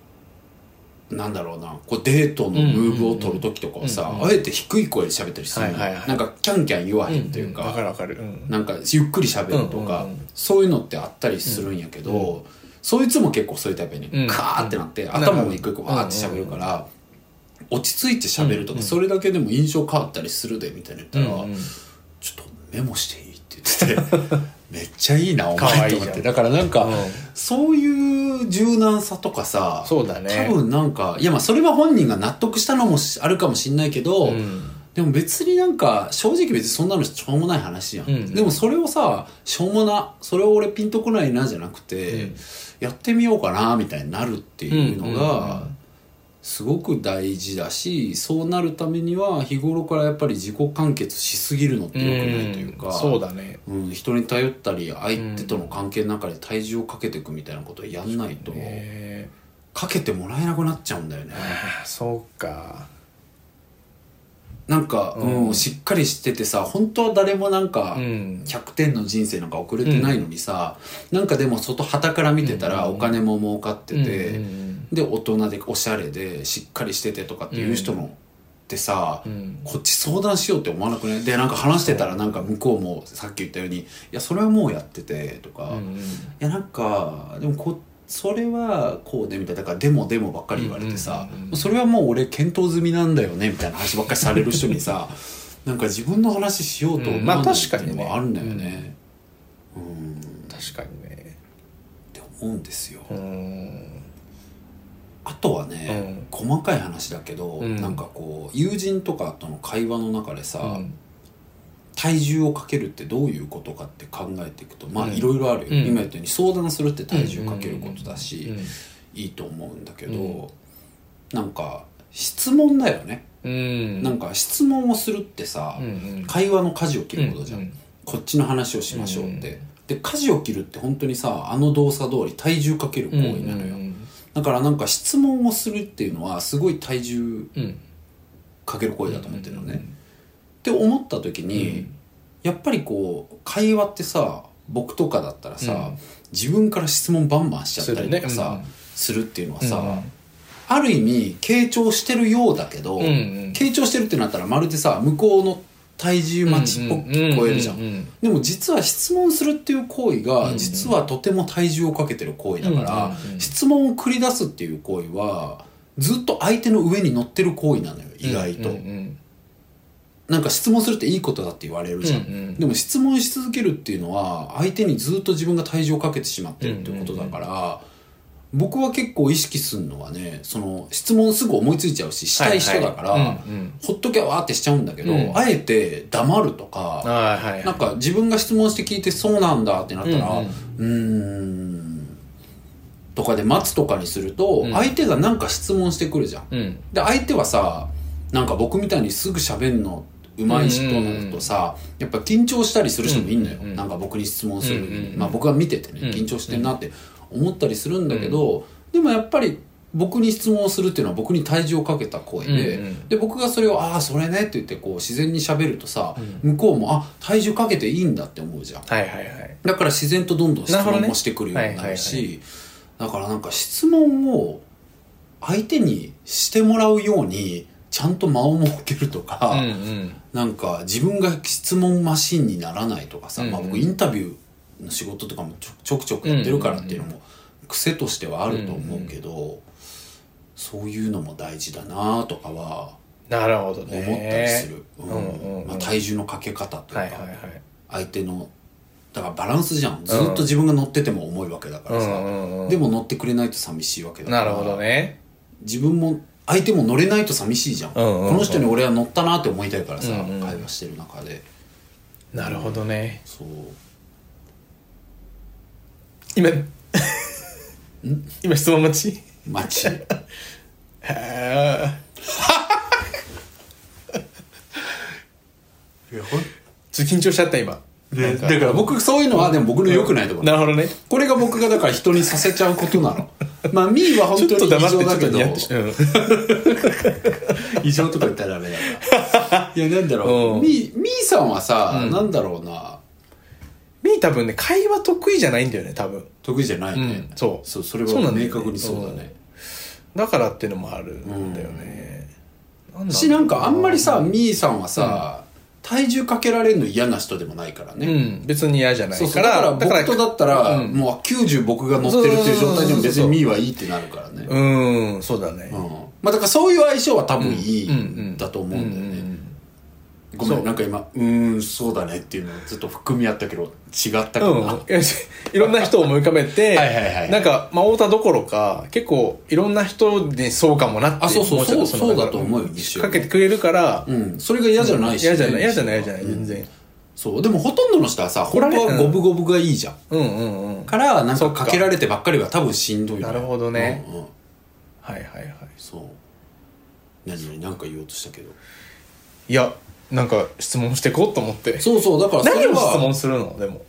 S2: う、なんだろうなこうデートのムーブを取る時とかはさ、あえて低い声で喋ったりするの、
S1: はいはいはい
S2: なんかキャンキャン言わ
S1: う
S2: へん
S1: ん。
S2: というか、
S1: わかるわかる。うん。
S2: なんかゆっくり喋るとか、
S1: うんうんうん
S2: そういうのってあったりするんやけど、そいつも結構そういうタイプやね、
S1: うん
S2: カーってなって頭も一個一個わーって喋るから、落ち着いて喋るとか、それだけでも印象変わったりするでみたいな言ったら、
S1: うんうん
S2: ちょっとメモしていいって言 っててめっちゃいいなお
S1: かわ
S2: 前と
S1: いいじゃん
S2: 思ってだからなんか、
S1: うん
S2: そういう柔軟さとかさ
S1: そうだね
S2: 多分なんかいやまあそれは本人が納得したのもしあるかもしんないけど、
S1: うん
S2: でも別になんか正直別にそんなのしょうもない話やん、
S1: うん
S2: でもそれをさしょうもなそれを俺ピンとこないなじゃなくて、
S1: うん
S2: やってみようかなみたいになるっていうの
S1: うんうんう
S2: がすごく大事だしそうなるためには日頃からやっぱり自己完結しすぎるのって良くないというか、
S1: んそうだね。
S2: うん、人に頼ったり相手との関係の中で体重をかけていくみたいなことをやんないと、
S1: え
S2: かけてもらえなくなっちゃうんだよね。
S1: ー、そうか。
S2: なんか、うんしっかりしててさ本当は誰もなんか、
S1: うん。
S2: 100点の人生なんか遅れてないのにさ、なんかでも外旗から見てたらお金も儲かってて、
S1: うんうん
S2: で大人でおしゃれでしっかりしててとかっていう人のってさ、
S1: うん
S2: こっち相談しようって思わなくねでなんか話してたらなんか向こうもさっき言ったように「いやそれはもうやってて」とか、
S1: うんう
S2: い
S1: ん
S2: やなんかでもこそれはこうねみたいなだから「でもでも」ばっかり言われてさ、
S1: うんうんうん
S2: それはもう俺検討済みなんだよねみたいな話ばっかりされる人に さなんか自分の話しようと思わないっていうのはあるんだよね。うん
S1: 確かにね。
S2: って思うんですよ、
S1: うん。
S2: あとはね、細かい話だけど、
S1: うん
S2: なんかこう友人とかとの会話の中でさ、
S1: うん
S2: 体重をかけるってどういうことかって考えていくとまあ
S1: うん
S2: いろいろあるよ、
S1: うん
S2: 今言ったように相談するって体重をかけることだし、
S1: うん
S2: いいと思うんだけど、
S1: うん
S2: なんか質問だよね、
S1: うん。
S2: なんか質問をするってさ、
S1: うんうん、
S2: 会話の舵を切ることじゃん、
S1: うんうん
S2: こっちの話をしましょうって、
S1: う
S2: で舵を切るって本当にさあの動作通り体重かける行為なのよ、
S1: うん
S2: だからなんか質問をするっていうのはすごい体重
S1: うん
S2: かける声だと思ってるのね。って思った時に、やっぱりこう会話ってさ僕とかだったらさ、
S1: うん
S2: 自分から質問バンバンしちゃったりとか
S1: する
S2: さ
S1: ね
S2: する,、っていうのはさ、
S1: うんうん
S2: ある意味傾聴してるようだけど、
S1: うんうん
S2: 傾聴してるってなったらまるでさ向こうの体重待ちっぽく聞こえるじゃん。
S1: ううん
S2: でも実は質問するっていう行為
S1: うんう
S2: が
S1: ん
S2: 実はとても体重をかけてる行為だから
S1: うんうんうん
S2: 質問を繰り出すっていう行為はずっと相手の上に乗ってる行為なのよ意外と
S1: うんうん
S2: なんか質問するっていいことだって言われるじゃ
S1: うんうん
S2: んでも質問し続けるっていうのは相手にずっと自分が体重をかけてしまってるっていうことだから僕は結構意識するのはねその質問すぐ思いついちゃうししたい人だか
S1: はいは
S2: ら
S1: いうんうん
S2: ほっときゃわーってしちゃうんだけど
S1: うん
S2: あえて黙るとか
S1: はいはいはい
S2: なんか自分が質問して聞いてそうなんだってなったら、
S1: う
S2: うんーんとかで待つとかにすると、
S1: うん
S2: 相手がなんか質問してくるじゃん。
S1: うん
S2: で、相手はさ、なんか僕みたいにすぐ喋んの上手い人だとさ、やっぱ緊張したりする人もいんのよ。
S1: うんうん
S2: なんか僕に質問する時に。
S1: うんうん
S2: まあ僕は見ててね
S1: うん、
S2: 緊張してんなって思ったりするんだけど、でもやっぱり僕に質問をするっていうのは僕に体重をかけた声で、
S1: うんうん
S2: で僕がそれを「ああそれね」って言ってこう自然に喋るとさ、向こうも「あ体重かけていいんだ」って思うじゃん
S1: はいはいはい
S2: だから自然とどんどん質
S1: なるほど
S2: 問
S1: ね
S2: もしてくるようになるし
S1: は
S2: だ
S1: い
S2: からなんか質問を相手にしてもらうようにちゃんと間を設けるとか、
S1: うんうん
S2: なんか自分が質問マシンにならないとかさ、
S1: うんうん
S2: まあ、僕インタビューの仕事とかもちょちょくちょくやってるからっていうのも癖としてはあると思うけど、そういうのも大事だなとかは
S1: なるほど
S2: 思
S1: ね
S2: ったりする、うん
S1: うんうん
S2: まあ、体重のかけ方とか、
S1: はいはいはい
S2: 相手のだからバランスじゃんずっと自分が乗ってても重いわけだからさ、
S1: うんうんうん
S2: でも乗ってくれないと寂しいわけだか
S1: な
S2: ら
S1: るほどね
S2: 自分も相手も乗れないと寂しいじゃん,、
S1: うんうんうん
S2: この人に俺は乗ったなって思いたいからさ、
S1: うんうん
S2: 会話してる中で
S1: なるほどね
S2: そう
S1: 今今質問待ち
S2: 待 ち
S1: へーちょっと緊張しちゃった今なん
S2: だから僕そういうのはでも僕の良くないところ、
S1: なるほどね
S2: これが僕がだから人にさせちゃうことなのまあミーは
S1: ち
S2: 本
S1: ょ
S2: 当
S1: っ
S2: に
S1: と
S2: 異
S1: 黙って
S2: 常
S1: ちょ
S2: だ
S1: っ
S2: け
S1: と
S2: ど
S1: ニヤッとして、うん
S2: 異常とか言ったらダメだ からいやなんだろ
S1: う
S2: うんみーみーさんはさ、なんだろうな
S1: みー多分ね会話得意じゃないんだよね多分
S2: 得意じゃないね、
S1: うんそう
S2: そうそれ
S1: そうな
S2: は
S1: んだよ
S2: 明
S1: ね
S2: 確にそうだね
S1: だからっていうのもあるんだよね、なんだろう
S2: しなんかあんまりさみーさんはさ、体重かけられるの嫌な人でもないからね、
S1: うん別に嫌じゃない
S2: そうそ
S1: か
S2: うだからら僕とだったら、
S1: うん
S2: もう90僕が乗ってるっていう状態でも別
S1: そうそうそうそう
S2: にミーはいいってなるからね、
S1: うんそうだね、
S2: うんまあだからそういう相性は多分いい
S1: うんうん
S2: んだと思うんだよね、
S1: ん
S2: ごめ
S1: そうん
S2: なんか今「うーんそうだね」っていうのをずっと含み合ったけど違ったかな、
S1: うん、いやいろんな人を思い浮かべて
S2: はいはいはい
S1: なんか、まあ、太田どころか結構いろんな人にそうかもなって
S2: あそうそう
S1: もちろん
S2: そう
S1: の
S2: そうだと思うよ一緒
S1: かけてくれるから、
S2: うん、それが嫌じゃないし、
S1: 嫌じゃない嫌じゃない嫌じゃない
S2: うん
S1: 全然、
S2: そうでもほとんどの人はさ本
S1: られ
S2: 当は五分五分がいいじゃん、
S1: うん、うんうん
S2: からなん
S1: そっ
S2: か
S1: か
S2: かけられてばっかりは多分しんどいね、
S1: なるほどね
S2: うんうん
S1: はいはいはい
S2: そう何々なんか言おうとしたけど
S1: いやなんか質問してこうと思って
S2: そうそうだからそ
S1: 何
S2: れ
S1: を質
S2: は
S1: 問するのでも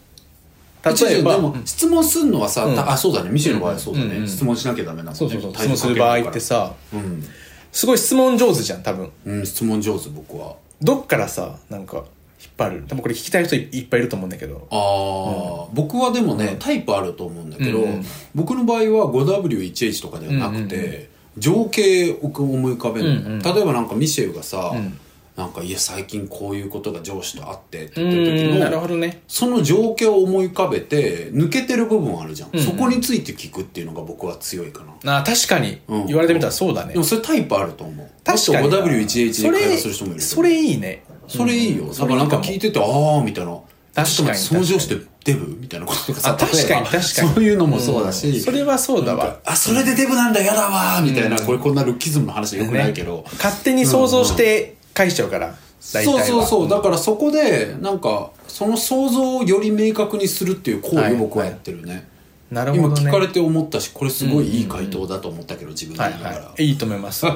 S2: 違う違
S1: 例え
S2: う
S1: ば
S2: でも
S1: うん
S2: 質問するのはさ、
S1: うん
S2: たあそうだねミシェルの場合はそうだね、
S1: うんうん
S2: 質問しなきゃダメなんだね
S1: そうそうそう
S2: 体
S1: 質問
S2: 重
S1: す
S2: かけ
S1: る
S2: る
S1: 場
S2: から
S1: 合ってさ
S2: うん、
S1: すごい質問上手じゃん多分
S2: うん、質問上手僕は
S1: どっからさなんか引っ張る多分これ聞きたい人いいっぱいいると思うんだけど
S2: ああ、僕はでもね、タイプあると思うんだけど、
S1: うんうん
S2: 僕の場合は 5W1H とかではなくて、
S1: うんうん
S2: 情景を思い浮かべるの、
S1: うんうん
S2: 例えばなんかミシェルがさ、
S1: ん
S2: なんかいや最近こういうことが上司とあってって
S1: う
S2: 言ってる時
S1: んなる
S2: の
S1: ほどね
S2: その情景を思い浮かべて抜けてる部分あるじゃん、
S1: うんうん
S2: そこについて聞くっていうのが僕は強いかな、
S1: あ確かに
S2: うん
S1: 言われてみたらそうだね
S2: でもそれタイプあると思う
S1: 確か
S2: も
S1: に
S2: っと 5W1H で会話する人もいる
S1: それそれいいね
S2: それいいよ、だからなんか聞いててああみたいな
S1: 確かに
S2: ちょっと待ってその上司ってデブみたいなこととかさ
S1: あ確かに
S2: 例えば
S1: 確かに
S2: そういうのもそうだし、
S1: んそれはそうだわ
S2: あそれでデブなんだやだわーみたいな、これこんなルッキズムの話よくないけど、
S1: ね勝手に想像して返しちゃうから大体
S2: そう
S1: は
S2: そうそうだからそこでなんかその想像をより明確にするっていう行為を僕はやってるね、
S1: なるほどね
S2: 今聞かれて思ったしこれすごいいい回答だと思ったけど自分で
S1: は
S2: 言
S1: い
S2: いながら、
S1: はいいいと思います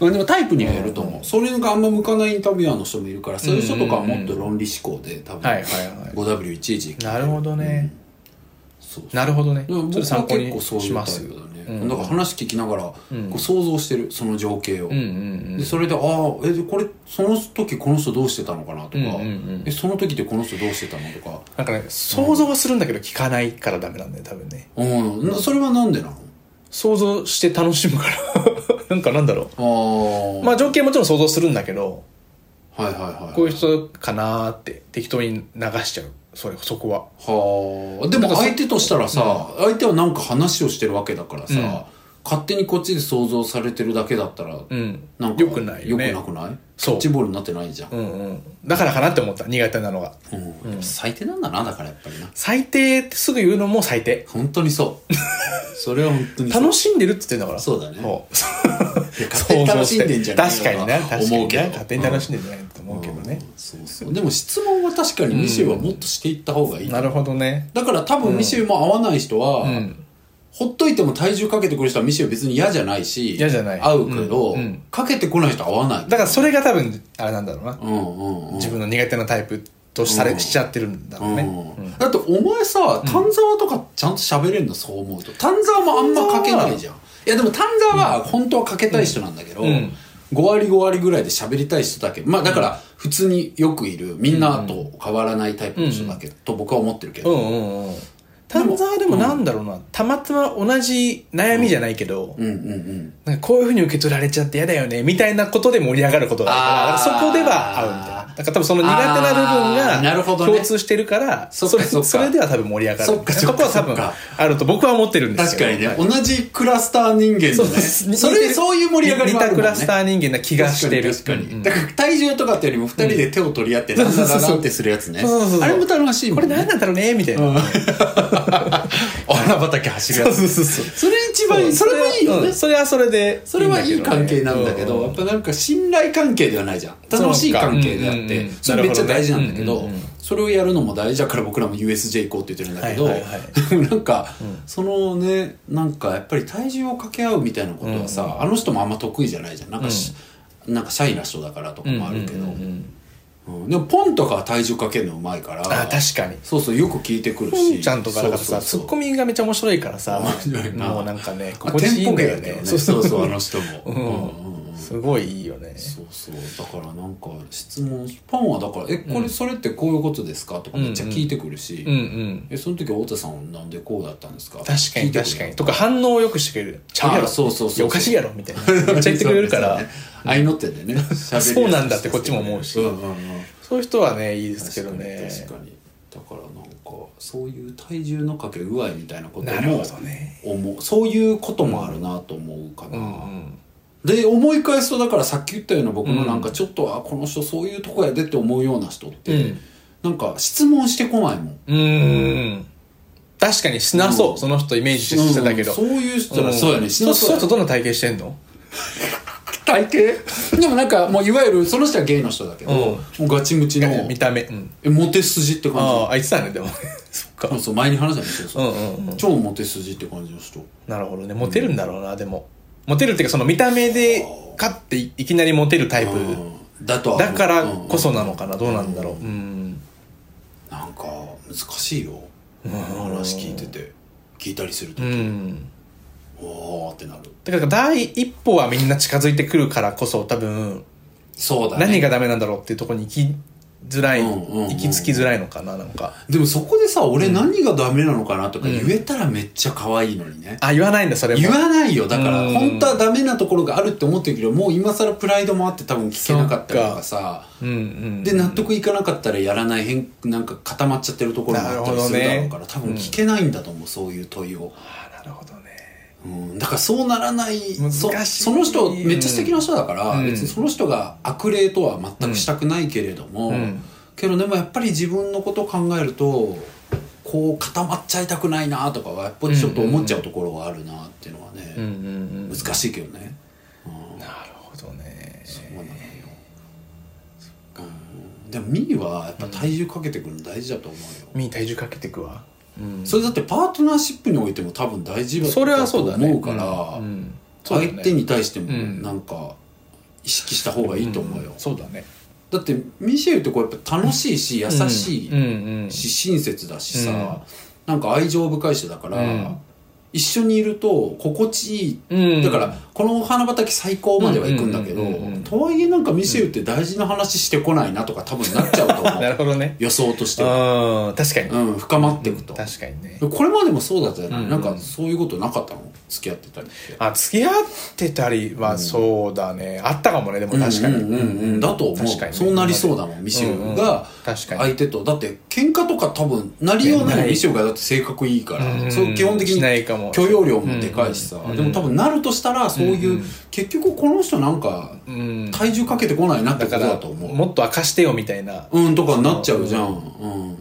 S2: うんでもタイプにはよると思う、それがあんま向かないインタビュアーの人もいるからそういう人とかはもっと論理思考で多分
S1: はいはいはい
S2: 5W1H で
S1: なるほどね
S2: そう
S1: なるほどね
S2: で
S1: ちょ
S2: も
S1: っ
S2: 僕
S1: と参
S2: は
S1: 考
S2: 結構
S1: に
S2: そういう
S1: し
S2: タイ
S1: ます
S2: プだね、なんか話聞きながらこう想像してるその情景を、
S1: うんうん
S2: でそれでああえでこれその時この人どうしてたのかなとか、
S1: うんうんうん
S2: えその時でこの人どうしてたのとか、
S1: なんかね想像はするんだけど聞かないからダメなんだよ多分ね
S2: うん、なそれはなんでなの
S1: 想像して楽しむから なんかなんだろ
S2: あ
S1: う
S2: ー、
S1: まあ情景もちろん想像するんだけど
S2: はいはいはい
S1: こういう人かなーって適当に流しちゃうそれそこは
S2: はあでも相手としたらさ、相手はなんか話をしてるわけだからさ、
S1: うん
S2: 勝手にこっちで想像されてるだけだったら、
S1: うん
S2: なんか
S1: よくないよね
S2: 良くなくない
S1: そう
S2: キャッチボールになってないじゃん、
S1: うんうんだからかなって思った苦手なのが
S2: うんでも最低なんだなだからやっぱりな
S1: 最低ってすぐ言うのも最低
S2: 本当にそう それは本当にそう
S1: 楽しんでるって言ってんだから
S2: そうだね
S1: もう
S2: いや勝手に楽しんでんじゃない
S1: 確かにな
S2: と
S1: 確
S2: か
S1: かに
S2: 思うけど
S1: な勝手に楽しんでんじゃないと思うけどね
S2: うん、そうそうでも質問は確かにミシェはもっとしていった方がいい、
S1: なるほどね
S2: だから多分ミシェも合わない人は、
S1: ん
S2: ほっといても体重かけてくる人はミシェ別に嫌じゃないし
S1: 嫌じゃない
S2: 合うけど、
S1: うんうん
S2: かけてこない人は合わない
S1: だからそれが多分あれなんだろうな
S2: うんうんうん
S1: 自分の苦手なタイプとされ
S2: うん
S1: しちゃってるんだろうね
S2: うんだってお前さ丹沢とかちゃんと喋れるのそう思うと丹沢もあんまかけないじゃんいやでも丹沢は本当はかけたい人なんだけど、
S1: ん
S2: 5割5割ぐらいで喋りたい人だけどまあだから普通によくいるみんなと変わらないタイプの人だけどと僕は思ってるけ
S1: う
S2: ど、
S1: んうんうん丹沢でもなんだろうな、たまたま同じ悩みじゃないけど、
S2: うんうんうん。
S1: なんかこういうふうに受け取られちゃって嫌だよね、みたいなことで盛り上がることだから、
S2: あー
S1: そこでは合うみたいな。なんか多分その苦手な
S2: あーなる
S1: 部
S2: ほ
S1: 分
S2: ど
S1: が
S2: ね
S1: 共通してるから、
S2: そっ
S1: そ
S2: か
S1: れ
S2: そっか
S1: それでは多分盛り上がる。
S2: そっかそっか
S1: こは多分
S2: そっか
S1: あると僕は思ってるんです
S2: 確
S1: け
S2: か
S1: ど。
S2: にね、
S1: はい
S2: 同じクラスター人間
S1: そう
S2: だね。
S1: そう
S2: それ、そういう盛り上がりもあるもんね。
S1: 似たクラスター人間な気がしてる。
S2: 確かに確か
S1: うん
S2: に。だから体重とかってよりも二人で手を取り合って、なんだなんだってするやつね
S1: そうそうそう。そう
S2: あれも楽しい
S1: こ
S2: も
S1: れ
S2: んね。
S1: 何なんだろうねみたいな。
S2: お花畑走る
S1: そ
S2: や
S1: う
S2: つ。
S1: そうそうそ
S2: そ
S1: う。
S2: れ一番いい、それもいいよ
S1: う
S2: ね
S1: ん。それはそれで。
S2: それはいい関係なんだけ
S1: う
S2: ど、
S1: ん
S2: やっぱなんか信頼関係ではないじゃん。楽しい関係であっ
S1: うん
S2: て
S1: うんうん、
S2: それめっちゃ大事なんだけ
S1: なる
S2: ど
S1: ほどねうんうんうん、
S2: それをやるのも大事だから僕らも USJ 行こうって言ってるんだけど、
S1: はいはいはい
S2: でもなんか、そのね、なんかやっぱり体重を掛け合うみたいなことはさ、あの人もあんま得意じゃないじゃん。なんかし、なんかシャイな人だからとかもあるけど、
S1: うんうんうん
S2: うんでもポンとかは体重かけるのうまいから、
S1: あ、確かに。
S2: そうそう、よく聞いてくる
S1: ポ
S2: し。
S1: ンちゃんとかだからさ、ツ
S2: そうそ
S1: ッ
S2: う
S1: コミがめっちゃ面白いからさ、
S2: 面白いな
S1: もうなんかね、
S2: あテンポ
S1: ん
S2: 芸だ
S1: よ
S2: よね。
S1: そ
S2: そうう
S1: そ
S2: そううそう
S1: そ。
S2: う、あの人も。
S1: う
S2: うんう
S1: ん
S2: んうん
S1: すごいいいよね。
S2: そうそうだからなんか質問パンはだから「えこれそれってこういうことですか?」とかめっちゃ聞いてくるし、
S1: うんうん。
S2: えその時太田さんはなんでこうだったんですか
S1: 確か
S2: 聞
S1: に
S2: いてくる
S1: 確かに。とか反応をよくしてくれる。ちゃうやろ。
S2: あそうそうそうそう
S1: いやおかしいやろみたいな。めっちゃ言ってくれ るか
S2: そ
S1: ら
S2: うで。すね相乗ってん だよね喋りやすい
S1: そうなんだってこっちも思うし
S2: んんうん
S1: そういう人はね、いいですけ
S2: 確か
S1: ど
S2: に
S1: ね。
S2: 確かにだからなんかそういう体重のかけ具合みたいなこと
S1: なる
S2: も
S1: ほどね。
S2: 思うそういうこともあるなと思うかな、
S1: うんうん。
S2: で思い返すとだからさっき言ったような僕のなんかちょっと、あこの人そういうとこやでって思うような人って、
S1: うん
S2: なんか質問してこないもん。
S1: うんうん。確かにしなそうう。
S2: ん
S1: その人イメージしてたけど。
S2: うんそういう人はそうやね、
S1: ん
S2: しな
S1: そ
S2: そ
S1: ういうう
S2: や
S1: 人
S2: ね
S1: どんな体型してんの
S2: 体型でもなんかもういわゆるその人はゲイの人だけど、
S1: うん
S2: もうガチムチの
S1: 見た目。うん。
S2: えモテ筋って感
S1: ああ、あいつだね、でも。 そっ
S2: じ。
S1: か
S2: そうそう前に話したんですけ
S1: う
S2: ど、
S1: んうんうん。
S2: 超モテ筋って感じの人
S1: なるほどね。モテるんだろうな、でも。モテるっていうか、その見た目で、勝っていきなりモテるタイプ。
S2: うんだとは思う
S1: だからこそ
S2: うん
S1: なのかな、どうなんだろう。うん。
S2: なんか難しいよ、話聞いてて聞いたりすると、
S1: うん。
S2: おーってなる
S1: だから、第一歩はみんな近づいてくるからこそ、多分、
S2: そうだね
S1: 何がダメなんだろうっていうところに行きづらい、
S2: うんうんうん
S1: 行き着きづらいのかな、なんか。
S2: でもそこでさ、俺何がダメなのかなとか言えたらめっちゃ可愛いのにね。
S1: あ、言わないんだ、それも。
S2: 言わないよ。だから、
S1: うん
S2: 本当はダメなところがあるって思ってるけど、もう今更プライドもあって多分聞けなかったりとかさ、
S1: うんうん。
S2: で、納得いかなかったらやらない変、なんか固まっちゃってるところもあったりするだろうから、
S1: なるほどね
S2: 多分聞けないんだと思う、そういう問いを。
S1: あなるほどね。
S2: うん、だからそうならない、
S1: 難しい
S2: そその人、めっちゃ素敵な人だから、
S1: うん
S2: 別にその人が悪霊とは全くしたくないけれども、
S1: うん
S2: けどでもやっぱり自分のことを考えるとこう固まっちゃいたくないなとかはやっぱりちょっと思っちゃうところはあるなっていうのはね、
S1: うんうんうん。
S2: 難しいけどね。
S1: なるほどね。
S2: そうなのようんでもミーはやっぱ体重かけてくるの大事だと思うよ、
S1: みー体重かけてくわ。うん。
S2: それだってパートナーシップにおいても多分大事
S1: それ
S2: だ
S1: は
S2: と
S1: そうだね。
S2: 思うから
S1: うんうんそうだね
S2: 相手に対しても
S1: うん
S2: なんか意識した方がいいと思うよ、
S1: そうだね。
S2: だってミシェルってこうやっぱ楽しいし優し
S1: う
S2: い
S1: んうんうん
S2: し親切だしさ、
S1: うん
S2: なんか愛情深い人だから、
S1: うん
S2: 一緒にいると心地いい、
S1: うん
S2: だからこのお花畑最高までは行くんだけど、
S1: うんうんうんうん
S2: とはいえなんかミシェルって大事な話してこないなとか多分なっちゃうと思う
S1: なるほどね。
S2: 予想としては、
S1: うん、確かに。
S2: うん、深まっていくと、
S1: 確かにね。
S2: これまでもそうだったじゃない、
S1: うんうん
S2: なんかそういうことなかったの付き合ってたりって
S1: あ、付き合ってたりはそうだね。あったかもね、でも確かに。
S2: うんうんうんうん、だと思う、
S1: 確かにね
S2: そうなりそうだもんミシェルが
S1: うんうん確かに
S2: 相手とだって喧嘩とか多分なりようない
S1: な
S2: の
S1: い
S2: ミシェルがだって性格いいから、
S1: うん
S2: そう基本的に
S1: しないかも
S2: 許容量もでかいしさ、
S1: うんうん
S2: でも多分なるとしたらそういう、結局この人なんか
S1: うん。
S2: 体重かけてこないなって
S1: だ
S2: こと
S1: か
S2: だ
S1: ら、
S2: と思う、
S1: もっと明かしてよみたいな。
S2: うんとかになっちゃうじゃん、うん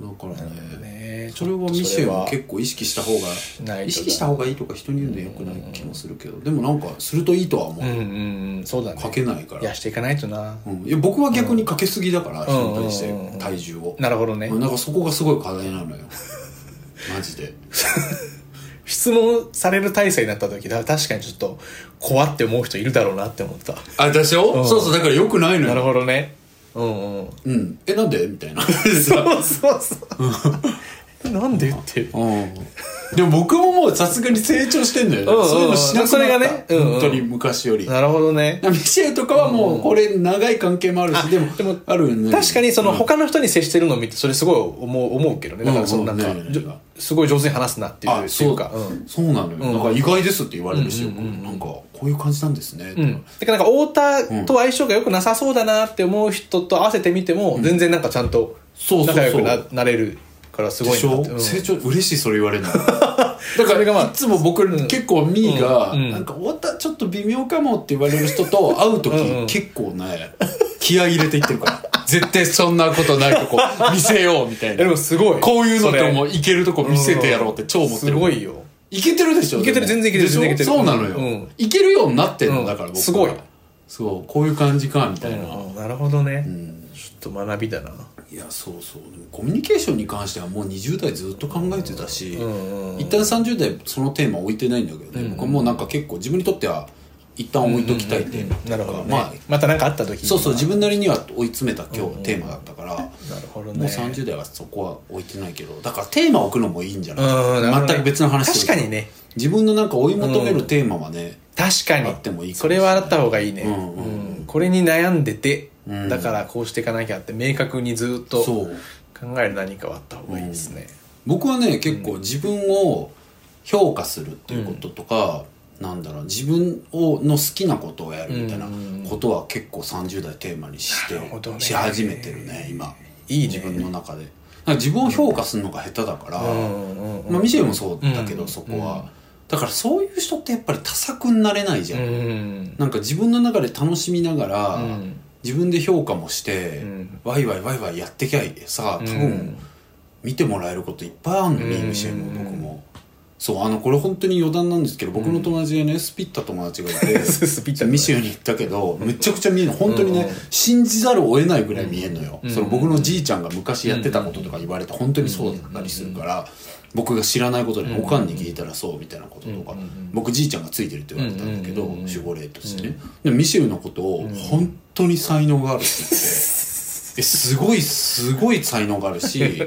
S2: だからね
S1: ね
S2: それはミシェルは結構意識した方
S1: な
S2: が
S1: いと
S2: 意識した方がいいとか人に言うのよくない気もするけど、でもなんかするといいとは思う、
S1: うんうんうん、そうだね。
S2: かけないから
S1: いや、していかないとな。
S2: うん、いや僕は逆にかけすぎだから、人に対し
S1: う
S2: て
S1: んうんうん
S2: 体重を、
S1: なるほどね。
S2: なんかそこがすごい課題なの よマジで
S1: 質問される体制になった時だ確かにちょっと怖って思う人いるだろうなって思った
S2: あでしょ、
S1: うん
S2: そうそうだからよくないの
S1: なる
S2: よ、
S1: ほどねうんうん
S2: うん、えなんでみたいな
S1: そうそうそうなんでって
S2: うんでも僕ももうさすがに成長してんだよね、
S1: うんうんうん
S2: そういうのしなくなった
S1: それがねうんうん
S2: 本当に昔より、
S1: なるほどね
S2: ミシェルとかはもうこれ長い関係もあるし、でも
S1: でも
S2: あるよね
S1: 確かにその他の人に接してるのを見てそれすごい思う思うけどねだからそのなんか、
S2: うんうんね
S1: じょすごい上手に話すなっていう
S2: あ
S1: ってい
S2: そううか
S1: か、うん
S2: そうなのよ、だから意外ですって言われるし、なんかこういう感じなんですね、って
S1: うん、だからなんか太田と相性が良くなさそうだなって思う人と合わせてみても全然なんかちゃんと
S2: そうそうそう
S1: 仲良くななれるからすご
S2: で
S1: い
S2: し
S1: な
S2: ょ
S1: って、うん
S2: 成長嬉しいそれ言われる のだか
S1: それが
S2: ら、
S1: まあ
S2: いつも僕、結構ミーが、
S1: うんうん
S2: なんか終わったちょっと微妙かもって言われる人と会う時
S1: うんうん
S2: 結構ね気合い入れていってるから 絶対そんなことないと こ見せようみたい
S1: いやで
S2: な
S1: もすごい
S2: こういうの
S1: それ
S2: ともいけるとこ見せてやろうって超思ってる
S1: すごいよ
S2: いけてるでしょ
S1: いけてる
S2: でも
S1: 全然いけてる
S2: でしょ
S1: 全然いけてる
S2: そうなのよ、
S1: うん
S2: いけるようになってんの、
S1: うん
S2: だから僕は
S1: すごい
S2: そうこういう感じかみたいな、
S1: うんなるほどね、ちょっと学びだな、
S2: いやそうそうでもコミュニケーションに関してはもう20代ずっと考えてたし、
S1: ん
S2: 一旦30代そのテーマ置いてないんだけどね、僕はもうなんか結構自分にとっては一旦置いときたいテーマっていうか
S1: なるほど、ね、
S2: まあ
S1: また何かあった時に
S2: そうそう自分なりには追い詰めた今日テーマだったから、
S1: なるほどね
S2: もう30代はそこは置いてないけどだからテーマ置くのもいいんじゃ
S1: うん
S2: ない、
S1: なるほどね
S2: 全く別の話する
S1: 確かにね
S2: 自分のなんか追い求めるテーマはね、
S1: 確かに
S2: あってもいいかもし
S1: そ
S2: れない
S1: れはあった方がいいね、
S2: うんうんうん
S1: うんこれに悩んでて、
S2: うん
S1: だからこうしていかなきゃって明確にずっと
S2: そ
S1: 考
S2: う
S1: える何かはあった方がいいですね、
S2: 僕はね結構自分を評価するっていうこととか、なんだろう自分をの好きなことをやるみたいなことは結構30代テーマにして、
S1: なるほどね
S2: し始めてるね今
S1: いいね
S2: 自分の中でだから自分を評価するのが下手だから、
S1: うんうんうん
S2: まあ、ミシェルもそうだけど、
S1: うん
S2: そこは、だからそういう人ってやっぱり多作になれないじゃん、
S1: うん
S2: なんか自分の中で楽しみながら、
S1: うん
S2: 自分で評価もして、
S1: うん
S2: ワイワイワイワイやってきゃいいさ多分、
S1: うん
S2: 見てもらえることいっぱいあるのに、
S1: うん
S2: ミシェルも僕も。そうあのこれ本当に余談なんですけど僕の友達でねスピった友達がい て
S1: スピった
S2: ミシェルに行ったけどめちゃくちゃ見える本当にね、
S1: うん
S2: 信じざるを得ないぐらい見えるのよ、
S1: うん
S2: その僕のじいちゃんが昔やってたこととか言われて本当にそうだったりするから、僕が知らないことでおかんに聞いたらそうみたいなこととか、
S1: うんうん
S2: 僕じいちゃんがついてるって言われてたんだけど、
S1: うんうんうん
S2: 守護霊としてね、でもミシェルのことを本当に才能があるって言って、えすごいすごい才能がある し、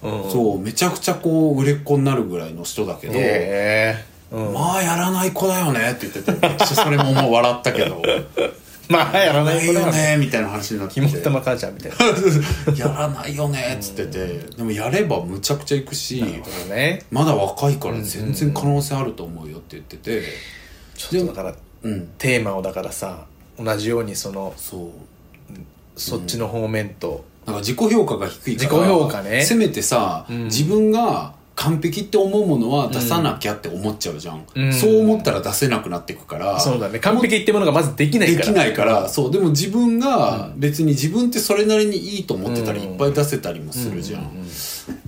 S2: そうめちゃくちゃこう売れっ子になるぐらいの人だけど、
S1: ええうん
S2: まあやらない子だよねって言っててめっちゃそれももう笑ったけ ど
S1: まあやら
S2: やら
S1: な
S2: ないい
S1: これ
S2: よ
S1: は
S2: ねみたいな話になって
S1: 肝っ玉母ちゃんみたいな
S2: やらないよねっつっててでもやればむちゃくちゃいくし
S1: そうね
S2: まだ若いから全然可能性あると思うよって言ってて
S1: ちょっとだから
S2: うん
S1: テーマをだからさ同じようにその
S2: そう
S1: そっちの方面と、
S2: なんか自己評価が低いから
S1: 自己評価ね
S2: せめてさ、
S1: うん
S2: 自分が完璧って思うものは出さなきゃって思っちゃうじゃん、
S1: うん
S2: そう思ったら出せなくなっていくから
S1: そうだね完璧ってものがまずできない
S2: で
S1: から
S2: きないからそうでも自分が別に自分ってそれなりにいいと思ってたら
S1: う
S2: い
S1: ん
S2: っぱい出せたりもするじゃん、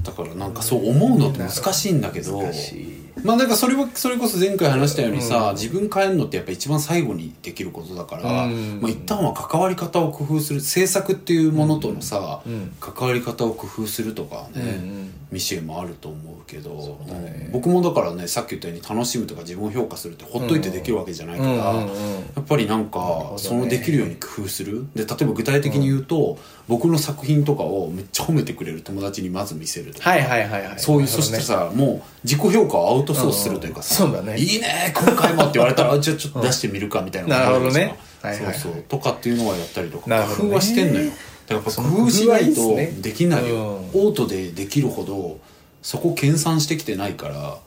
S2: だからなんかそう思うのって難しいんだけど
S1: 難しい
S2: まあなんかそれはそれこそ前回話したようにさ、自分変えるのってやっぱ一番最後にできることだから、
S1: うん
S2: まあ、一旦は関わり方を工夫する制作っていうものとのさ、
S1: うん
S2: 関わり方を工夫するとかね、
S1: うん
S2: ミシェもあると思うけど
S1: うだね
S2: うん僕もだからねさっき言ったように楽しむとか自分を評価するってほっといてできるわけじゃないから、
S1: うんうんうんうん
S2: やっぱりなんか
S1: ほどね
S2: そのできるように工夫するで例えば具体的に言うと、僕の作品とかをめっちゃ褒めてくれる友達にまず見せるとか、
S1: はいはいはいはい
S2: そういう、
S1: なる
S2: そ
S1: ほど
S2: して
S1: ね
S2: さもう自己評価をアウトソースするというかさ、
S1: うんそうだね
S2: いいね今回もって言われ たらあじゃあちょっと出してみるかみたいな
S1: なるほどね
S2: ことあるじゃん
S1: はいはいはい
S2: そうそうとかっていうのはやったりとか、
S1: なる
S2: 工
S1: ほどね
S2: 夫はしてんのよだからやっぱ工夫しないとできないよ、
S1: うん
S2: オートでできるほどそこ研鑽してきてないから、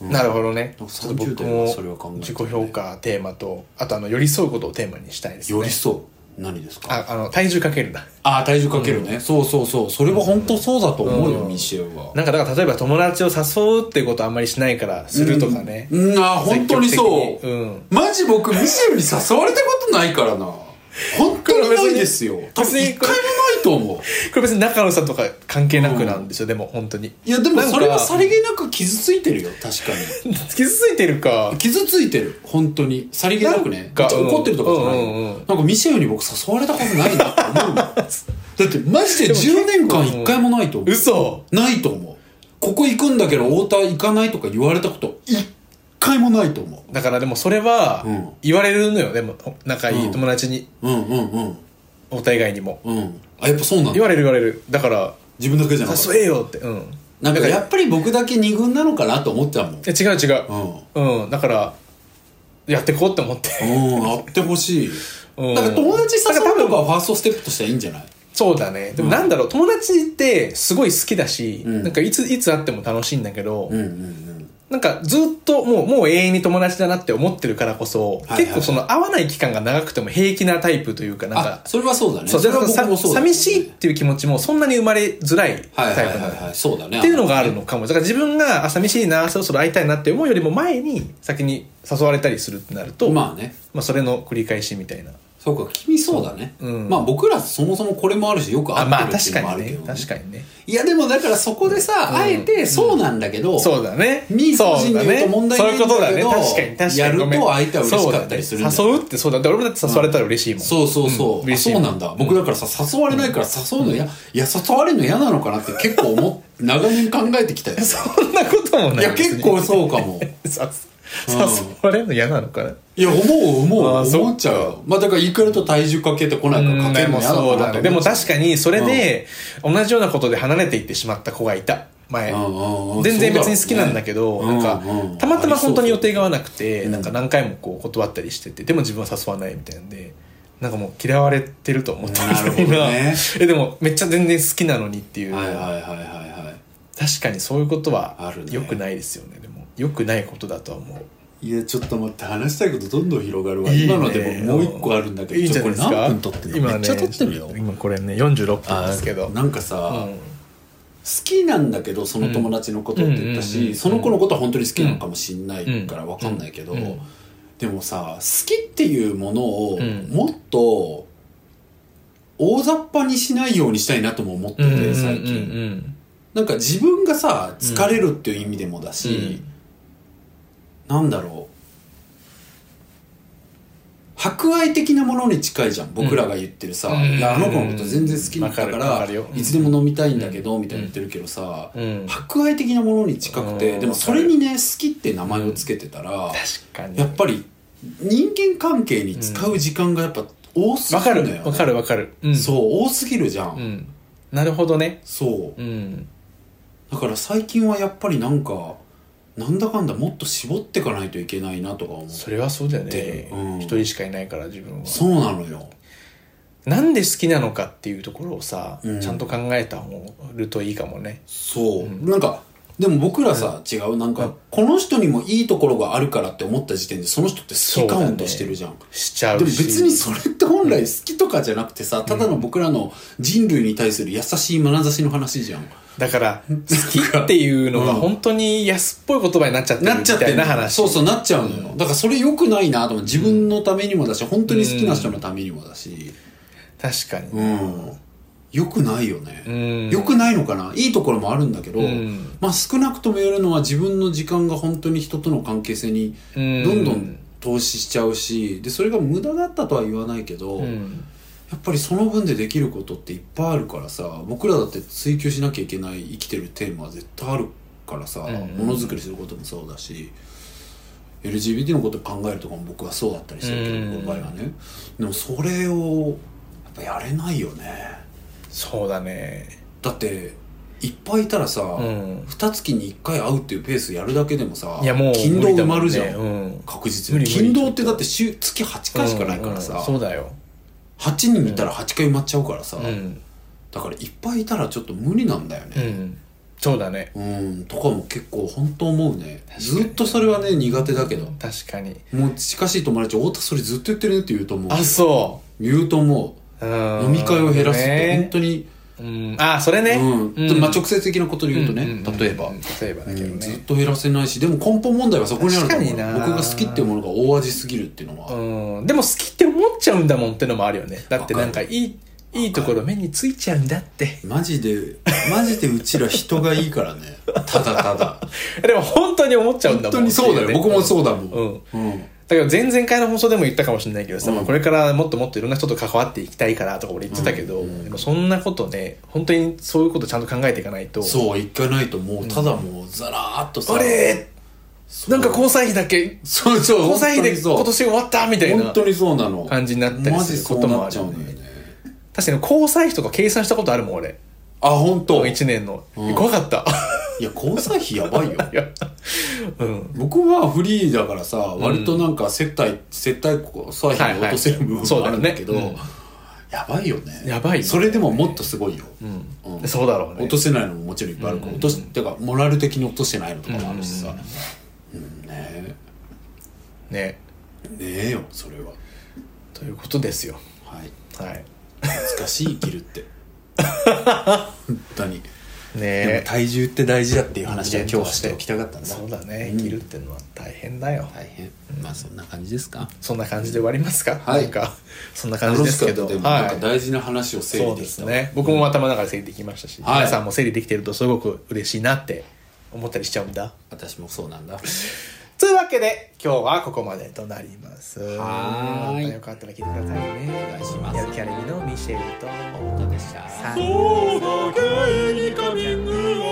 S2: うん
S1: なるほどね
S2: なんか
S1: ちょっ
S2: 30
S1: と僕
S2: 代はそれは考
S1: も
S2: えて
S1: 自
S2: る
S1: 己評価テーマとあとあの寄り添うことをテーマにしたいですね
S2: 寄り添う何ですか
S1: ああの体重かけるな
S2: ああ体重かけるね、そうそうそうそれは本当そうだと思うよ、ミシェルは
S1: なんかだから例えば友達を誘うっていうことあんまりしないからするとかね、
S2: うんあー本当に
S1: 積
S2: そ
S1: 極
S2: う、
S1: 的にうん
S2: マジ僕ミシェルに誘われたことないから な本当にないですよ多
S1: 別
S2: 分一
S1: に
S2: 回もないと思う
S1: これ別に仲のさとか関係なくなんですよ、でも本当に
S2: いやでもそれはさり
S1: げ
S2: げなく傷ついてるよ確かに
S1: 傷ついてるか
S2: 傷ついてる本当にさりげなくね
S1: なんか
S2: 怒ってるとかじゃないよ、
S1: うんうんうん
S2: なんかミシェルに僕誘われたことないなって 思うのだってマジで10年間一回もないと思う
S1: 嘘
S2: ないと思うここ行くんだけど太田行かないとか言われたこと一回もないと思
S1: だからでもそれは
S2: うん
S1: 言われるのよ、でも仲いい友達に、
S2: ううんうんうん
S1: お互い以外にも
S2: うんあやっぱそうなん
S1: 言
S2: だ
S1: われる言われるだから
S2: 自分だけじゃなかった
S1: 誘えよってうん
S2: なんか
S1: だ
S2: や
S1: ら
S2: っぱり僕だけ二軍なのかなと思ってたもん
S1: え違う違う
S2: う
S1: うん、だからやってこうって思って
S2: んうんあってほしい
S1: うん
S2: だから友達誘うとかはファーストステップとしてはいいんじゃない
S1: そうだね。でもなんだろう、友達ってすごい好きだし、
S2: ん
S1: なんかいつ、いつ会っても楽しいんだけど、
S2: うんうんうん。
S1: なんかずっともう、もう永遠に友達だなって思ってるからこそ、
S2: はいはい
S1: 結構その会わない期間が長くても平気なタイプというか、なん
S2: あ
S1: か、、
S2: それはそうだね。
S1: そう、
S2: れ
S1: だ
S2: は
S1: からさ
S2: 僕もそうだね
S1: 寂しいっていう気持ちもそんなに生まれづらい
S2: はいは
S1: タ
S2: い
S1: イプな
S2: は
S1: の
S2: いはい。そうだね。
S1: っていうのがあるのかも。だから自分が、あ、寂しいな、そろそろ会いたいなって思うよりも前に先に誘われたりするってなると、まあ、
S2: まあね。
S1: それの繰り返しみたいな。
S2: そうか、君そうだね。
S1: うん
S2: まあ僕らそもそもこれもあるし、よく
S1: あ、
S2: あ
S1: まあ
S2: ってるって
S1: 確
S2: いうのも
S1: か
S2: あ
S1: に
S2: るけ
S1: ね
S2: ど。。
S1: 確かにね。
S2: いやでもだからそこでさ、あえてそうなんだけど、
S1: そうだね。
S2: 民族人で言うと問題
S1: そう
S2: な
S1: だ
S2: いん
S1: ねそういうことだ
S2: だけ
S1: ね。
S2: ど
S1: 確かに、確かに。
S2: やると
S1: ごめん
S2: 相手は嬉しかったりするんだよ
S1: そうだね誘うってそうだね。俺もだって誘われたら嬉しいもん。
S2: そうそうそう。
S1: うん
S2: あ
S1: 嬉しい
S2: そうなんだ。僕だからさ、誘われないから誘うの嫌、いや、誘われるの嫌なのかなって結構思っ、長年考えてきたよ。い
S1: そんなこともない。
S2: や、結構そうか も。
S1: さ
S2: うん
S1: 誘われるの嫌なのかな。
S2: いや、思う、
S1: あ
S2: 思
S1: ー
S2: う、
S1: そう
S2: 思っちゃうよ。まあだから、いくらと体重かけてこないからかけ
S1: で
S2: るの
S1: も
S2: 嫌なの
S1: そう
S2: かな
S1: だ
S2: と
S1: ね。
S2: 思
S1: でも確
S2: に。
S1: かにそれで、同じようなことで離れていってしまった子がいた。前。
S2: うんうんうん
S1: 全然別に好きなんだけど、
S2: そうだろうね
S1: なんか、
S2: うんうん
S1: たまたま本当に予定が合わなく
S2: あ
S1: て、
S2: りそう
S1: なんか何回もこう断ったりしてて、でも自分は誘わないみたいなんで、なんかもう嫌われてると思ってる
S2: なるほどね
S1: え、でもめっちゃ全然好きなのにっていう。
S2: はいはいはいはいはい。
S1: 確かにそういうこと
S2: あ
S1: は
S2: るね
S1: 良くないですよねでも良くないことだとは思う
S2: いや、ちょっと待って、話したいことどんどん広がるわ。
S1: いいね
S2: 今のでももう一個あるんだけど、
S1: いいんじゃないです
S2: ちょっとこ
S1: か
S2: れ何分撮ってるの
S1: 今、ね、
S2: めっちゃ撮ってるよ。
S1: 今これね46分ですけど
S2: なんかさ、
S1: うん
S2: 好きなんだけどその友達のことって言った
S1: うんうん
S2: し、
S1: うんうん
S2: その子のことは本当に好きなのかもしんないからわかんないけど、
S1: うんうん
S2: でもさ好きっていうものを
S1: うん
S2: もっと大雑把にしないようにしたいなとも思ってて最近、
S1: うんうん
S2: なんか自分がさ疲れるっていう意味でもだ
S1: う
S2: し
S1: ん、
S2: なんだろう博愛的なものに近いじゃん僕らが言ってるさ、
S1: うん
S2: いやあの子のこと全然好きだか
S1: わかるわ
S2: ら
S1: かるようん
S2: いつでも飲みたいんだけど、みたいに言ってるけどさ、
S1: うん
S2: 博愛的なものに近くて、
S1: うん
S2: でもそれにね好きって名前をつけてたら、
S1: 確かに
S2: やっぱり人間関係に使う時間がやっぱ多す
S1: わ
S2: ぎ
S1: か
S2: る
S1: る
S2: のよ、
S1: わかるわかるうん
S2: そう多すぎるじゃん、
S1: うんなるほどね
S2: そう
S1: うん
S2: だから最近はやっぱりなんかなんだかんだもっと絞っていかないといけないなとか思う
S1: それはそうだよ
S2: で
S1: ね
S2: うん
S1: 一人しかいないから自分は
S2: そうなのよ
S1: なんで好きなのかっていうところをさ
S2: うん
S1: ちゃんと考えた方るといいかもね
S2: そう、
S1: うん
S2: なんかでも僕らさ、違うなんか、
S1: うん
S2: この人にもいいところがあるからって思った時点でその人って好きカウントしてるじゃん、
S1: しちゃう
S2: でも
S1: し
S2: 別にそれって本来好きとかじゃなくてさ、ただの僕らの人類に対する優しい眼差しの話じゃん、
S1: だから、好きっていうのが本当に安っぽい言葉になっちゃってる
S2: なっ
S1: み
S2: ちゃって
S1: た
S2: る
S1: いな話。
S2: そうそうなっちゃうのよ、だからそれ良くないなと思う自分のためにもだし本当に好きな人のためにもだし、
S1: 確かに。
S2: うん、良くないよね、
S1: うん
S2: 良くないのかないいところもあるんだけど、
S1: うん
S2: まあ少なくとも言えるのは自分の時間が本当に人との関係性に
S1: う
S2: ど
S1: ん
S2: んどん投資しちゃうしでそれが無駄だったとは言わないけど、
S1: う
S2: や
S1: ん
S2: っぱりその分でできることっていっぱいあるからさ僕らだって追求しなきゃいけない生きてるテーマは絶対あるからさ
S1: ん
S2: ものづくりすることもそうだし LGBT のことを考えるとかも僕はそうだったりしてるけど、
S1: うん
S2: 僕の場合はねでもそれをやっぱやれないよね
S1: そうだね。
S2: だっていっぱいいたらさ、
S1: うん。
S2: 二月に一回会うっていうペースやるだけでもさ
S1: いやもう、
S2: 勤労埋まるじゃん、
S1: 無理だもねうん。
S2: 確実に
S1: 無理無理
S2: 勤労ってだって週月8回しかないからさ、
S1: うんうんそうだよ。
S2: 8人いたら8回埋まっちゃうからさ、
S1: うん。
S2: だからいっぱいいたらちょっと無理なんだよ
S1: う
S2: ね
S1: ん。そうだね。
S2: うんとかも結構本当思うねずっとそれはね苦手だけど
S1: 確かに。
S2: もう近しい友達太田それずっと言ってるねって言うと思う
S1: あ、そ
S2: 言うと思
S1: う。
S2: う
S1: 飲
S2: 飲み会を減らすって本
S1: ね。
S2: 当に、
S1: うん。あ、それね。
S2: うんまあ、直接的なことで言うとね、
S1: んん
S2: 例えば、
S1: うん例えばだけど
S2: ずっ
S1: ね。
S2: と減らせないしでも根本問題はそこにあると思う
S1: 確かにな
S2: 僕が好きっていうものが大味すぎるっていうのは、
S1: うん。でも好きって思っちゃうんだもんってのもあるよね。だってなんかいい、いいところ目についちゃうんだって。
S2: マジでマジでうちら人がいいからねただた だ
S1: でも本当に思っちゃうん
S2: 本
S1: だもん
S2: 当にそうだよ僕もそうだもん、
S1: うん
S2: うん
S1: だから前々回の放送でも言ったかもしれないけどさ、
S2: うん
S1: まあこれからもっともっといろんな人と関わっていきたいからとか俺言ってたけど、でもそんなことね本当にそういうことちゃんと考えていかないと
S2: そう一回ないともうただもうザラーっとさ、
S1: あれ
S2: そう
S1: なんか交際費だけ
S2: そうそう
S1: 交際費で
S2: 本当
S1: 今
S2: に
S1: 年終わったみたい
S2: そう
S1: な
S2: 本当にそうなの
S1: 感じになったりすることもあるよね
S2: マジそうなっちゃうんだよね
S1: 確かに交際費とか計算したことあるもん俺
S2: あ本当い
S1: 1年の、
S2: うん
S1: 怖かった
S2: や交際費やばいよ
S1: いやうん
S2: 僕はフリーだからさ、割となんか接待接待交際費を落とせる部分もあるんだけど、
S1: はいはいうん
S2: やばいよね
S1: やばいよ
S2: それでももっとすごいよ、
S1: うん
S2: うん
S1: そうだろうね
S2: 落とせないのももちろんいっぱいあるから、落としてかモラル的に落としてないのとかもあるしさ、うんね
S1: ね
S2: えねえよそれは
S1: ということですよ
S2: はい
S1: はい
S2: 難しい生きるって本当に、で
S1: ね
S2: も体重って大事だっていう話は今日しておきたかったんだ
S1: そうだね生きるってのは大変だよ、
S2: 大変まあそんな感じですか
S1: そんな感じで終わりますか、
S2: はい
S1: なんかそんな感じですけど
S2: 楽しかったでもなんか
S1: はい
S2: 大事な話を整
S1: そ
S2: 理で
S1: うで
S2: き
S1: す
S2: たわ
S1: ね僕も頭の中で整理できましたし、
S2: はい
S1: 皆さんも整理できてるとすごく嬉しいなって思ったりしちゃうんだ
S2: 私もそうなんだ
S1: というわけで今日はここまでとなります
S2: はーい
S1: またよかったら聞いてくださいね
S2: お願いします
S1: やる気ありみのミシェルと
S2: 本当でした
S1: さあ
S3: そうだゲイにカミングアウ